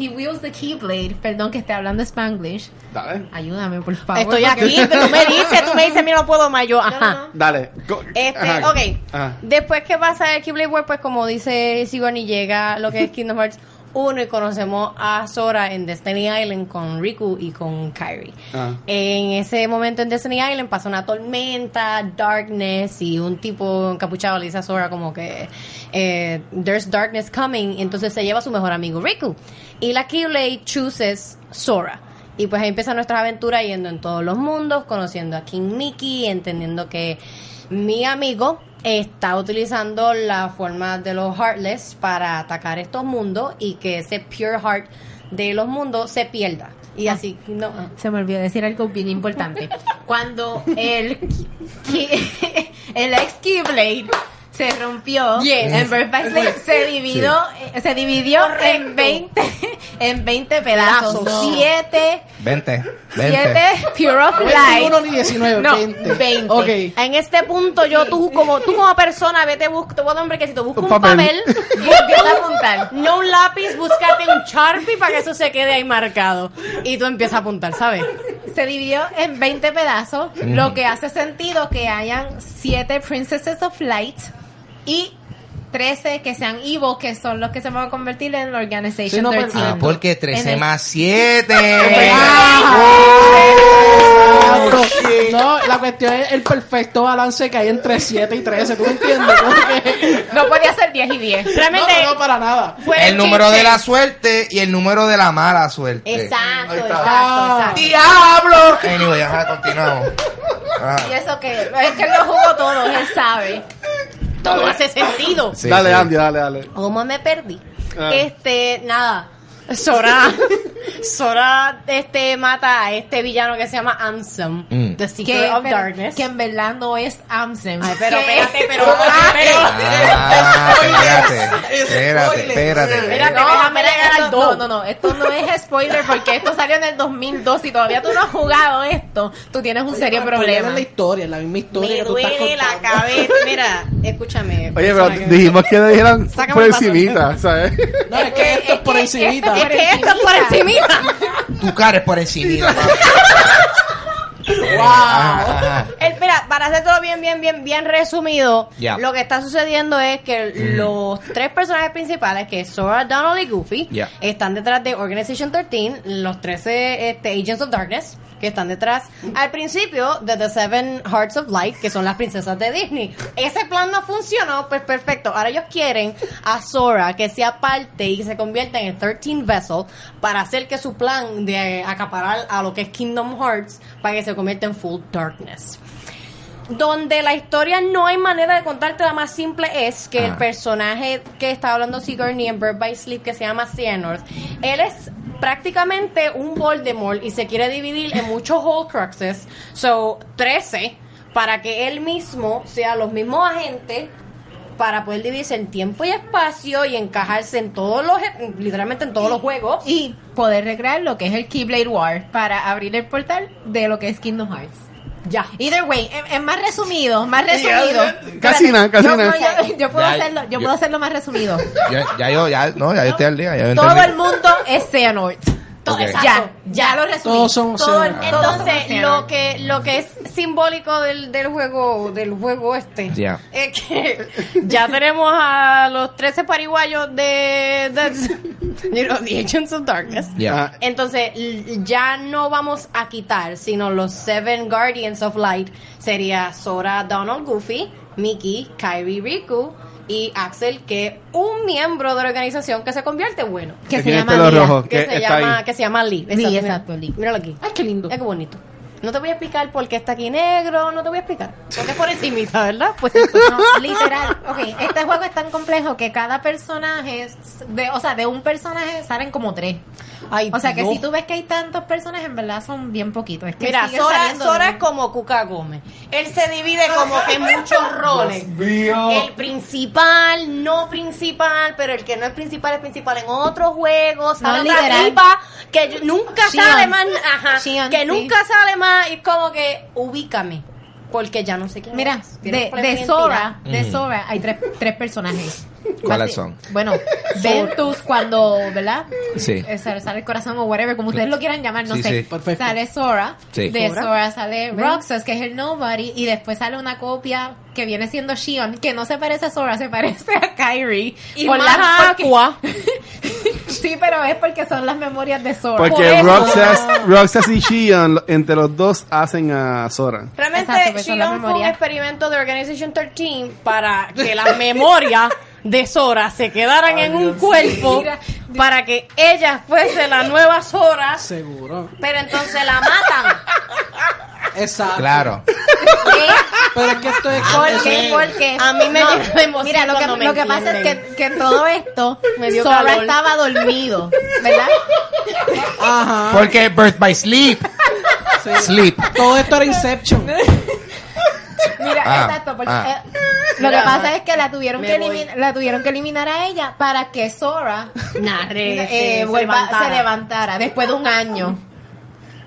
He wields the Keyblade. Perdón que esté hablando Spanglish. Dale. Ayúdame, por favor. Estoy porque- aquí, pero tú me dices, tú me dices, mira, no puedo más. Yo, No, no, ajá. no. Dale. Go- Este, Ajá. ok. Ajá. Después que pasa el Keyblade War, pues como dice Sigourney, llega lo que es Kingdom Hearts 1 y conocemos a Sora en Destiny Island con Riku y con Kairi. Ah. En ese momento en Destiny Island pasa una tormenta, darkness y un tipo encapuchado le dice a Sora como que eh, there's darkness coming, y entonces se lleva a su mejor amigo Riku y la Keyblade chooses Sora. Y pues ahí empieza nuestra aventura yendo en todos los mundos, conociendo a King Mickey, entendiendo que mi amigo está utilizando la forma de los Heartless para atacar estos mundos y que ese Pure Heart de los mundos se pierda. Y así, no. ah. Se me olvidó decir algo bien importante. Cuando el, ki- el ex Keyblade se rompió, Yes. Ember Paisley se dividió, eh, se dividió en 20, en 20 pedazos. Pedazos. 7 Vente, Siete vente. Pure of Light. 21 ni 19, No, 20. 20. Ok. En este punto yo tú como tú como persona vete busca te voy a dar un brequecito, busca Un un papel. papel, Y empieza a apuntar. no un lápiz, búscate un Sharpie para que eso se quede ahí marcado y tú empiezas a apuntar, ¿sabes? Se dividió en 20 pedazos, Mm. lo que hace sentido que hayan 7 Princesses of Light y 13 que sean Evil, que son los que se van a convertir en la Organization Sí, no, pero- 13. Ah, porque 13 En el- más 7. Ah, Oh, No, la cuestión es el perfecto balance que hay entre 7 y 13, ¿tú me entiendes? Como que- No podía ser 10 y 10. No, Realmente no, no, para nada. fue El número chiste. de la suerte y el número de la mala suerte. Exacto, Ahí exacto, está. Ah. exacto. ¡Diablo! Anyway, ajá, continuamos. Ah, Y Ajá. eso que es que él lo jugó todo, él sabe. todo hace sentido. Sí, dale, sí. Andy, dale, dale. ¿Cómo me perdí? Ah. Este, nada. Sora, Sora este, mata a este villano que se llama Ansem, Mm. The Que, Secret of pero- Darkness. que en verdad no es Amsen. Ay, pero Que- espérate, pero, Ah, espérate, espérate, espérate. Espérate, No, déjame mira, llegar al esto- dos. No, no, no, esto no es spoiler porque esto salió en el 2002 y todavía tú no has jugado esto, tú tienes un serio Pero problema. Es la historia, es la misma historia me que tú estás duele la contando. cabeza. Mira, escúchame. Oye, pero persona que- dijimos que le dijeran Sácame por el vaso. encimita, ¿sabes? No, es que esto es por encimita. Es que esto es por encima. Tu cara es por encima. ¡Wow! Espera, Eh, para hacer todo bien, bien, bien, bien resumido, Ya. Mm. lo que está sucediendo es que los tres personajes principales, que es Sora, Donald y Goofy, Ya. están detrás de Organization 13, los 13 este, Agents of Darkness, que están detrás al principio de The Seven Hearts of Light, que son las princesas de Disney. Ese plan no funcionó, pues perfecto. Ahora ellos quieren a Sora que sea parte y que se convierta en el 13 Vessel para hacer que su plan de acaparar a lo que es Kingdom Hearts para que se convierta en Full Darkness donde la historia no hay manera de contarte, la más simple es que el Ajá. personaje que está hablando Sigourney en Bird by Sleep, que se llama Xehanort, él es prácticamente un Voldemort y se quiere dividir en muchos Horcruxes, so 13, para que él mismo sea los mismos agentes para poder dividirse en tiempo y espacio y encajarse en todos los, literalmente en todos los juegos. Y poder recrear lo que es el Keyblade War para abrir el portal de lo que es Kingdom Hearts. Ya. Either way, es, es más resumido, más resumido. Casi nada, casi Yo- nada. no, yo, yo puedo Ya, hacerlo, yo yo- puedo hacerlo más resumido. Ya, ya yo, ya, no, ya yo estoy al día. Ya yo Todo entendí. el mundo es Xehanort. Todo, Ok. exacto. Ya, ya lo resumí. Todos somos Todo el- Xehanort. todos somos Entonces, Xehanort. lo que, lo que es simbólico del, del juego, del juego este, Ya. es que ya tenemos a los 13 pariguayos de, de- you know, The Agents of Darkness. Ya. Ah, Entonces, l- ya no vamos a quitar, sino los Seven Guardians of Light. Sería Sora, Donald, Goofy, Mickey, Kairi, Riku y Axel, que un miembro de la organización que se convierte bueno. que se tiene llama pelo Lira. rojo, Que, que se, está llama, ahí. que se llama Lee. Lee, mira. exacto, Lee. Míralo aquí. Ay, qué lindo. Mira qué bonito. No te voy a explicar por qué está aquí negro, no te voy a explicar. Porque es por encimita, ¿verdad? Pues No, literal. Ok, este juego es tan complejo que cada personaje, es- de, o sea, de un personaje salen como tres. Ay, O sea, que Dios. si tú ves que hay tantos personajes, en verdad son bien poquitos. Es que Mira, sigue Sora, saliendo Sora de- es como Cuca Gómez. Él se divide como que en muchos roles. El principal, no principal, pero el que no es principal es principal en otros juegos. Sale No, otra literal. tipa que yo- nunca Shion. sale más. Ajá, Shion, que sí. nunca sale más. Y es como que ubícame. Porque ya no sé quién Mira, es. Tienes de, problema de de Sora, identidad. de Mm. Sora hay tres, tres personajes. ¿Cuáles Así- son? Bueno, Ventus cuando, ¿verdad? Sí. Eh, sale, sale el corazón o whatever, como ustedes lo quieran llamar, no Sí, sé. sí. Perfecto. Sale Sora, Sí. de Sora. Sora, sale Roxas, que es el Nobody, y después sale una copia que viene siendo Shion, que no se parece a Sora, se parece a Kyrie. identidad. Y Por más la- porque- Aqua. Sí, pero es porque son las memorias de Sora. Porque Por eso. Roxas, Roxas y Shion, lo- entre los dos, hacen a Sora. Realmente, Exacto, pues son las Shion fue un memorias. experimento de Organization 13 para que las memorias de Sora se quedaran en un cuerpo para que ella fuese la nueva Sora, Seguro. pero entonces la matan. Exacto. Claro. Pero es que esto es ¿Por qué? ¿Por qué? A mí me llega la emoción Mira, lo que, cuando me lo que pasa es entienden. que, que en todo esto, Me dio Sora calor. estaba dormido, ¿verdad? Ah. Porque Birth by Sleep. Sleep. Todo esto era Inception. Mira, Ah, exacto. porque, ah. eh, lo que pasa es que la tuvieron Me que, voy. eliminar, la tuvieron que eliminar a ella para que Sora Narre, eh, se vuelva- levantara. se levantara después de un año.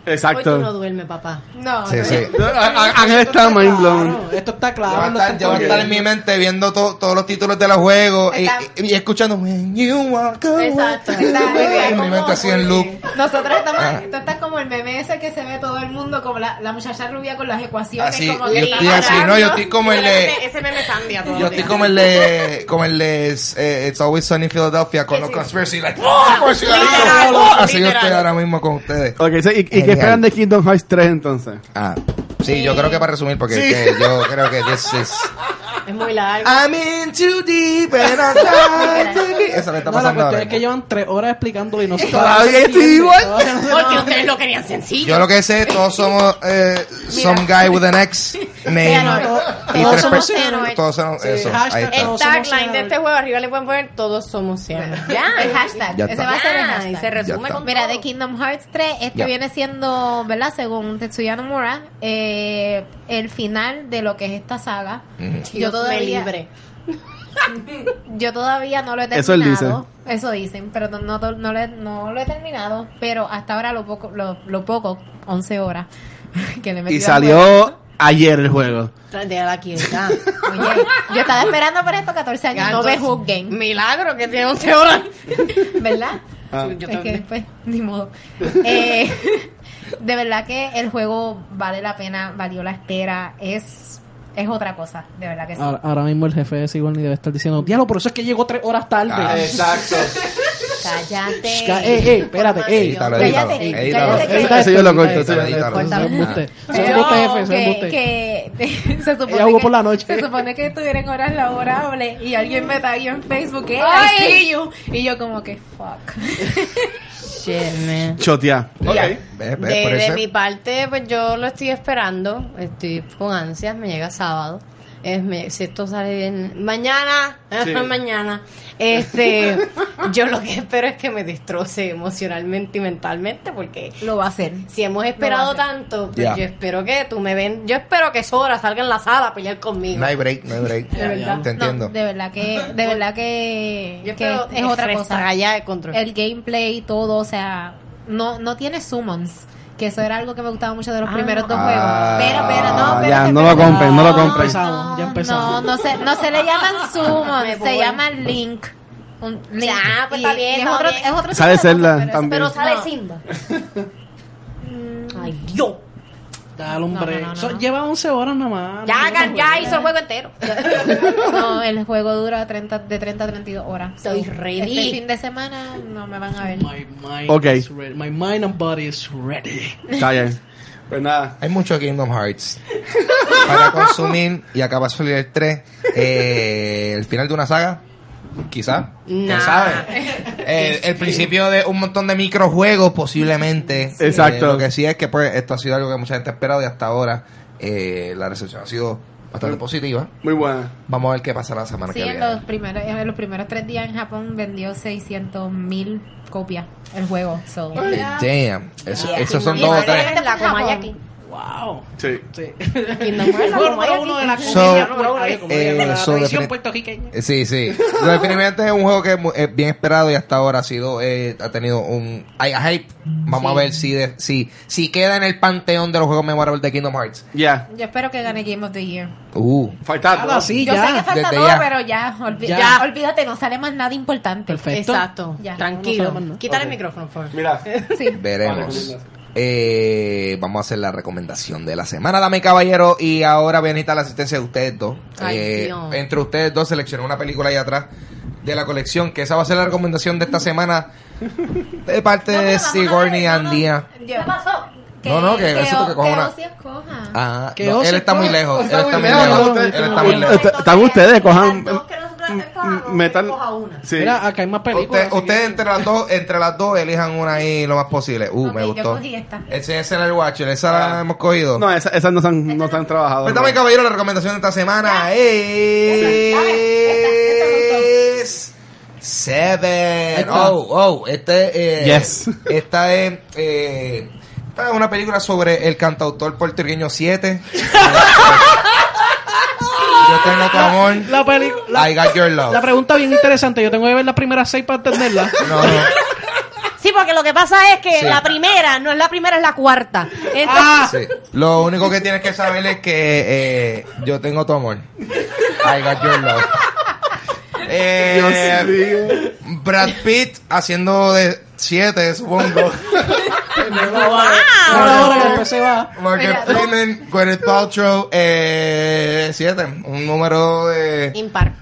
Hoy tú no Exacto. duermes, papá. No, Sí, no. sí. A- a- Ah, Ángel está mind blown. Claro, esto está Ah, Yo voy a claro. estar, yo voy a estar en mi mente viendo to- todos los títulos de los juegos y, Está- y- y escuchando When you walk away. Exacto. está- está En mi como- mente así en loop. Nosotros estamos, Ah. tú estás como el meme ese que se ve todo el mundo, como la, la muchacha rubia con las ecuaciones. Así, como yo que Ah, estoy está así, no, yo estoy como el de... Ese meme cambia todo. Yo estoy como el de, como el de eh, It's Always Sunny in Philadelphia con los conspiracy, like, Ah, ¡Oh, conspiracy! Literal, ¡Oh! Así yo literal. estoy ahora mismo con ustedes. Ok, so, ¿y, y Genial. qué esperan de Kingdom Hearts 3 entonces? Ah, sí, yo creo que para resumir, porque es que yo creo que this is... Es muy largo. Ah, I'm in too deep and I'm trying to be... Eso le está No, pasando la cuestión ahora. es que llevan tres horas explicándolo y no se Todavía no se estoy entiende, igual. todavía no se- Porque ustedes lo querían sencillo. Yo lo que sé, todos somos eh, some guy with an ex name. no, y todos tres personas- somos Xenoid. Todos son eso. Ahí hashtag está. El todos tagline somos de este juego arriba le pueden poner todos somos Sean. Ya. El hashtag. Ya ese está. va a ser el Ya, hashtag. y se Ya resume está. con Mira, todo. de Kingdom Hearts 3, esto Ya. viene siendo, ¿verdad? Según Tetsuya Nomura, eh, el final de lo que es esta saga. Ujú. Yo Dios todavía, me libre. yo todavía no lo he Eso él terminado. dice. Eso dicen, pero no, no, no, lo he- no lo he terminado. Pero hasta ahora lo poco, lo, lo poco 11 horas que le metí Y salió ayer el juego. Déjala quieta. Oye, yo estaba esperando para esto 14 años. no me juzguen, Milagro que tiene 11 horas. ¿verdad? Ah. Yo Es que también. después, ni modo. Eh, de verdad que el juego vale la pena, valió la espera, es, es otra cosa, de verdad que sí. Ahora, ahora mismo el jefe de Sigourney debe estar diciendo, diablo, por eso es que llegó tres horas tarde. Ah, Exacto. Cállate. Ca- eh, Ey, ey, espérate, ey. Edítalo, Cállate, edítalo, cállate, edítalo. cállate. Edita Eso yo lo corto. edita eso yo lo Edítalo. corto. Son Corta. embuste. Son Ah. Pero embuste, jefe, son que, embuste. que se supone Ella jugó que, por la noche. se supone que estuviera en horas laborables y alguien me taguió en Facebook "Hey, I Ay. see you". y yo como que fuck Shit, man. Chotea. Ya. Ve, De, ve, por de eso- mi parte, pues yo lo estoy esperando. Estoy con ansias. Me llega sábado. Es, me- si esto sale bien. Mañana. Sí. mañana. Este, yo lo que espero es que me destroce emocionalmente y mentalmente. Porque lo va a hacer. si hemos esperado No va a tanto, pues Ya. yo espero que tú me ven. Yo espero que Sora salga en la sala a pelear conmigo. No hay break, no hay break. De verdad. Te No, entiendo. de verdad que de verdad que, Yo que espero es otra cosa. allá de control. El gameplay todo, o sea, no no tiene summons, que eso era algo que me gustaba mucho de los Ah. primeros dos Ah. juegos. Pero pero no, Ah, espérate, ya, no espérate. lo compren, no lo ya compren. empezamos, ya No, empezamos. no se, no se le llaman Me summon, voy. se llaman link. Un link. Ya, pues, está bien, es está otro, bien. es otro Sale tipo de Zelda cosa, pero eso- también. Pero sale No. Simba. Ay, Dios. Dale un No, break. no, no, no, Son- no. Lleva 11 horas nada más. Ya, No, no, hagan- ya hizo el juego entero. No, el juego dura 30, de 30 a 32 horas. Estoy ready. Este fin de semana no me van a ver. My mind, Ok. is ready. My mind and body is ready. Está bien. Pues nada. Hay mucho Kingdom Hearts para consumir y acaba de salir el 3. Eh, el final de una saga, quizá. Nah. ¿Quién sabe? Eh, el principio de un montón de microjuegos, posiblemente. Exacto. Eh, lo que sí es que pues, esto ha sido algo que mucha gente ha esperado y hasta ahora eh, la recepción ha sido bastante positiva. Muy buena. Vamos a ver qué pasa la semana Sí, que en viene. los, primeros, en los primeros tres días en Japón vendió 600 mil copias el juego. So. Eh, damn. Eso- esos son Y dos o sale tres. en la Comayaki. Wow. Sí. Sí. Kingdom Hearts, la Número Comayaki. uno de la So, comedia, número uno de la comedia, eh, de la so tradición definit- puertorriqueña. Eh, Sí, sí. Lo definitivamente es un juego que es mu- es bien esperado y hasta ahora ha sido eh, ha tenido un hay a hype. Vamos a ver si de- si si queda en el panteón de los juegos memorables de Kingdom Hearts. Ya. Yo espero que gane Game of the Year. Uh. Faltado. Ahora Ah, sí, Yo sé que ya. falta desde todo, ya. pero ya, olvi- Ya. ya, olvídate, no sale más nada importante. Perfecto. Exacto. Ya. Tranquilo. No, no, no. Quítale el micrófono, por favor. Mira. Sí. Veremos. Eh, vamos a hacer la recomendación de la semana, dame caballero. Y ahora voy a necesitar la asistencia de ustedes dos. Ay, Eh, Dios. entre ustedes dos seleccioné una película ahí atrás de la colección, que esa va a ser la recomendación de esta semana de parte de Sigourney Andía. ¿Qué pasó? No, no, que eso que coja que una- Ozzy escoja. Ah, Que no, Ozzy él está muy lejos. Él Está está muy muy lejos, lejos. ustedes- Él está muy lejos. Est- Están ustedes, cojan. Las dos que nosotros escojamos, que Metal. escoja una. Sí. Mira, ah. acá hay más películas. Usted- así que- Ustedes entre las dos, entre las dos elijan una ahí lo más posible. Uh, Ok, me yo gustó. cogí esta. Ese, ese era el Watcher, esa la hemos cogido. No, esa- esas no se han, no se han trabajado. Pues dame, hermano. caballero, la recomendación de esta semana es. Seven. Oh, oh, este. eh, Yes. Esta es. eh, esta es una película sobre el cantautor puertorriqueño 7. Yo tengo tu amor. La película. I got your love. La pregunta bien interesante. Yo tengo que ver las primeras seis para entenderla. No, no. Sí, porque lo que pasa es que Sí. la primera, no es la primera, es la cuarta. Entonces, Ah. Sí. Lo único que tienes que saber es que eh, yo tengo tu amor. I got your love. Eh, Dios Brad Pitt haciendo de 7, supongo. Ah. Una hora que después se va. Morgan Freeman, Gwyneth Paltrow, 7. un número de... Impar.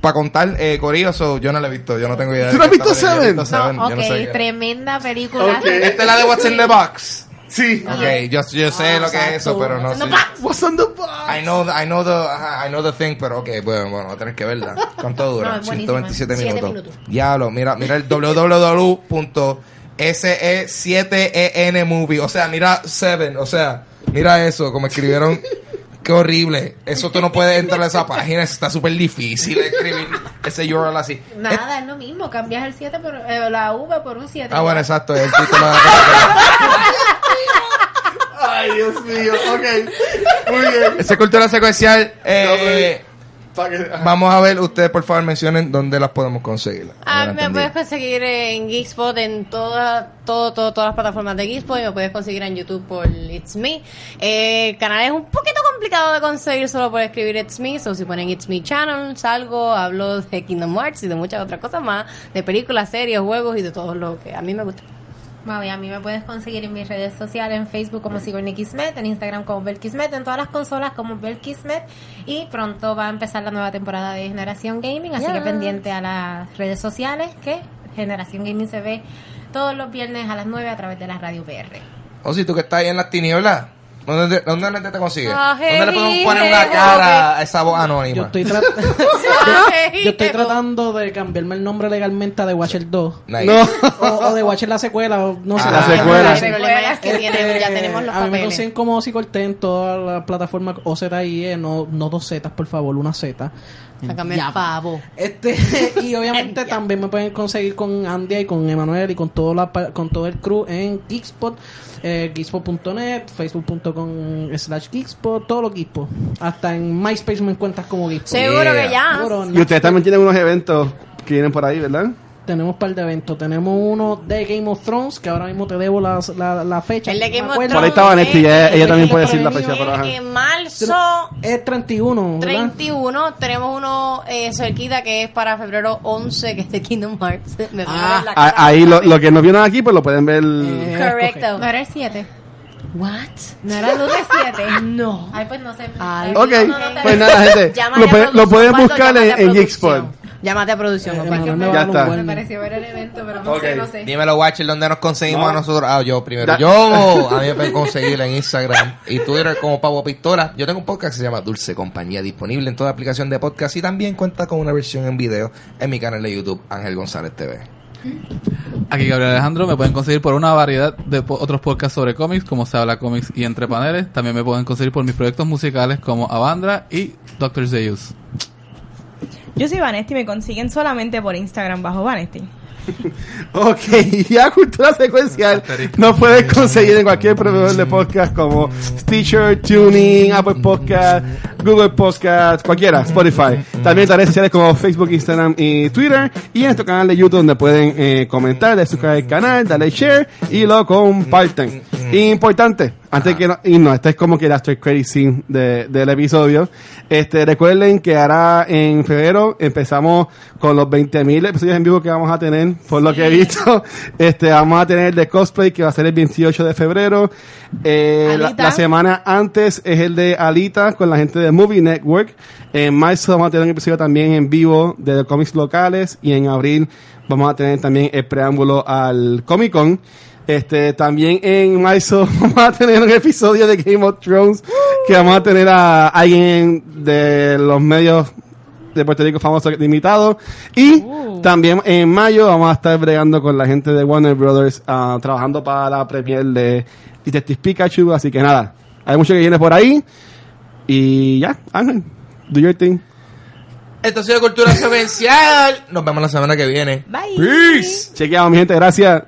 Para contar, eh, Corillo, so, yo no lo he visto, yo no tengo idea. de ¿Tú no has qué está visto pasando. Yo no he Seven? visto Seven, No, yo no sé ok, qué- tremenda película. Esta es la de What's in the Box. Sí. Ok, yo, yo sé Ah, lo que es eso, pero no sé. What's on the box? I know, the, I know the, ajá, I know the thing, pero ok, bueno, bueno, voy a tener que verla. ¿Cuánto dura? No, es buenísima. 127 Siete minutos. minutos. Diablo, mira, mira el e www.se7enmovie. O sea, mira Seven, o sea, mira eso, como escribieron. Qué horrible. Eso tú no puedes entrar a esa página, eso está súper difícil escribir ese URL así. Nada, es lo mismo. Cambias el 7 por eh, la V por un 7. Ah, bueno, exacto, es el título de la película. Ay, Dios mío. Ok. Muy bien. Ese cultura secuencial. Eh, Pa' que- vamos a ver, ustedes por favor mencionen dónde las podemos conseguir. Ah, No me entendí. puedes conseguir en Geekspot en toda, todo, todo, todas las plataformas de Geekspot y me puedes conseguir en YouTube por It's Me. Eh, el canal es un poquito complicado de conseguir solo por escribir It's Me, so si ponen It's Me Channel, salgo, hablo de Kingdom Hearts y de muchas otras cosas más, de películas, series, juegos y de todo lo que a mí me gusta. Mami, a mí me puedes conseguir en mis redes sociales, en Facebook como Sigourney Kismet, en Instagram como Bel Kismet, en todas las consolas como Bel Kismet. Y pronto va a empezar la nueva temporada de Generación Gaming, así que Yes. pendiente a las redes sociales que Generación Gaming se ve todos los viernes a las 9 a través de la radio PR. pues. O si Oh, tú que estás ahí en las tinieblas, ¿dónde, dónde la gente te consigue? Ah, ¿Dónde le podemos poner una Angelito. cara a esa voz anónima? Yo estoy, tra- yo, yo estoy tratando de cambiarme el nombre legalmente a The Watcher 2. Nice. No. O, o The Watcher la secuela. o No sé. Ah, la secuela. El problema es que Este, tiene- ya tenemos los a mí me papeles. consiguen como Osicorté en todas las plataformas OZIE, E, no, no dos Z, por favor, una Z. Sácame el pavo. Este, y obviamente también me pueden conseguir con Andia y con Emanuel y con todo, la, pa- con todo el crew en Geekspot, eh, geekspot.net, facebook.com slash geekspot, todo lo geekspot. Hasta en MySpace me encuentras como geekspot. Seguro Yeah. que ya. Seguro, Y ustedes también tienen unos eventos que vienen por ahí, ¿verdad? Tenemos un par de eventos. Tenemos uno de Game of Thrones, que ahora mismo te debo la, la, la fecha. El de no me Game of acuerdo. Por ahí Thrones. estaba Nesti, ella, Este ella también puede Pero decir la niño, fecha. Pero, ajá. En marzo Es 31, ¿verdad? 31, tenemos uno eh, cerquita que es para febrero 11, que es de Kingdom Hearts. Me van a ver la cara. Ah, Ahí lo, lo que no vieron aquí, pues lo pueden ver. Eh. Correcto. No era el 7, What? no era el lunes 7. No. Ay, pues no sé. Ay, Ok, No, no, no, pues no. nada, gente. Llámate Lo, a puede- lo producción, pueden Osvaldo, buscar en, llámate a en producción. Geekspot. Llámate a producción, Eh, Osvaldo. Emanuel me Ya va a dar un está. Me warning. pareció ver el evento, pero no Ok. sé, no sé. Dímelo, Watcher, ¿dónde nos conseguimos No. a nosotros? Ah, yo primero. Da- Yo, a mí me pueden conseguir en Instagram y Twitter como Pavo Pistola. Yo tengo un podcast que se llama Dulce Compañía, disponible en toda aplicación de podcast y también cuenta con una versión en video en mi canal de YouTube, Ángel González TV. Aquí Gabriel Alejandro, me pueden conseguir por una variedad de po- otros podcasts sobre cómics, como Se Habla Cómics y Entre Paneles. También me pueden conseguir por mis proyectos musicales como Avandra y Doctor Zeus. Yo soy Vanesti, me consiguen solamente por Instagram bajo Vanesti. Ok, y a Cultura Secuencial nos puedes conseguir en cualquier proveedor de podcast como Stitcher, Tuning, Apple Podcast, Google Podcast, cualquiera, Spotify. También en redes sociales como Facebook, Instagram y Twitter. Y en nuestro canal de YouTube donde pueden eh, comentar, de suscribir al canal, darle share y lo comparten. Importante, Antes que no, y no, este es como que el after credit scene de- del episodio. Este, recuerden que ahora en febrero empezamos con los 20.000 episodios en vivo que vamos a tener, por lo que he visto. Este, vamos a tener el de cosplay que va a ser el 28 de febrero. Eh, la, Alita. la semana antes es el de Alita con la gente de Movie Network. En marzo vamos a tener un episodio también en vivo de cómics locales y en abril vamos a tener también el preámbulo al Comic Con. Este, también en marzo vamos a tener un episodio de Game of Thrones que vamos a tener a alguien de los medios de Puerto Rico famoso limitado y también en mayo vamos a estar bregando con la gente de Warner Brothers ah, trabajando para la premier de Detective Pikachu así que nada hay mucho que viene por ahí y ya Ángel do your thing Esto ha sido Cultura Secuencial. Nos vemos la semana que viene. Bye. Peace. chequeado mi gente gracias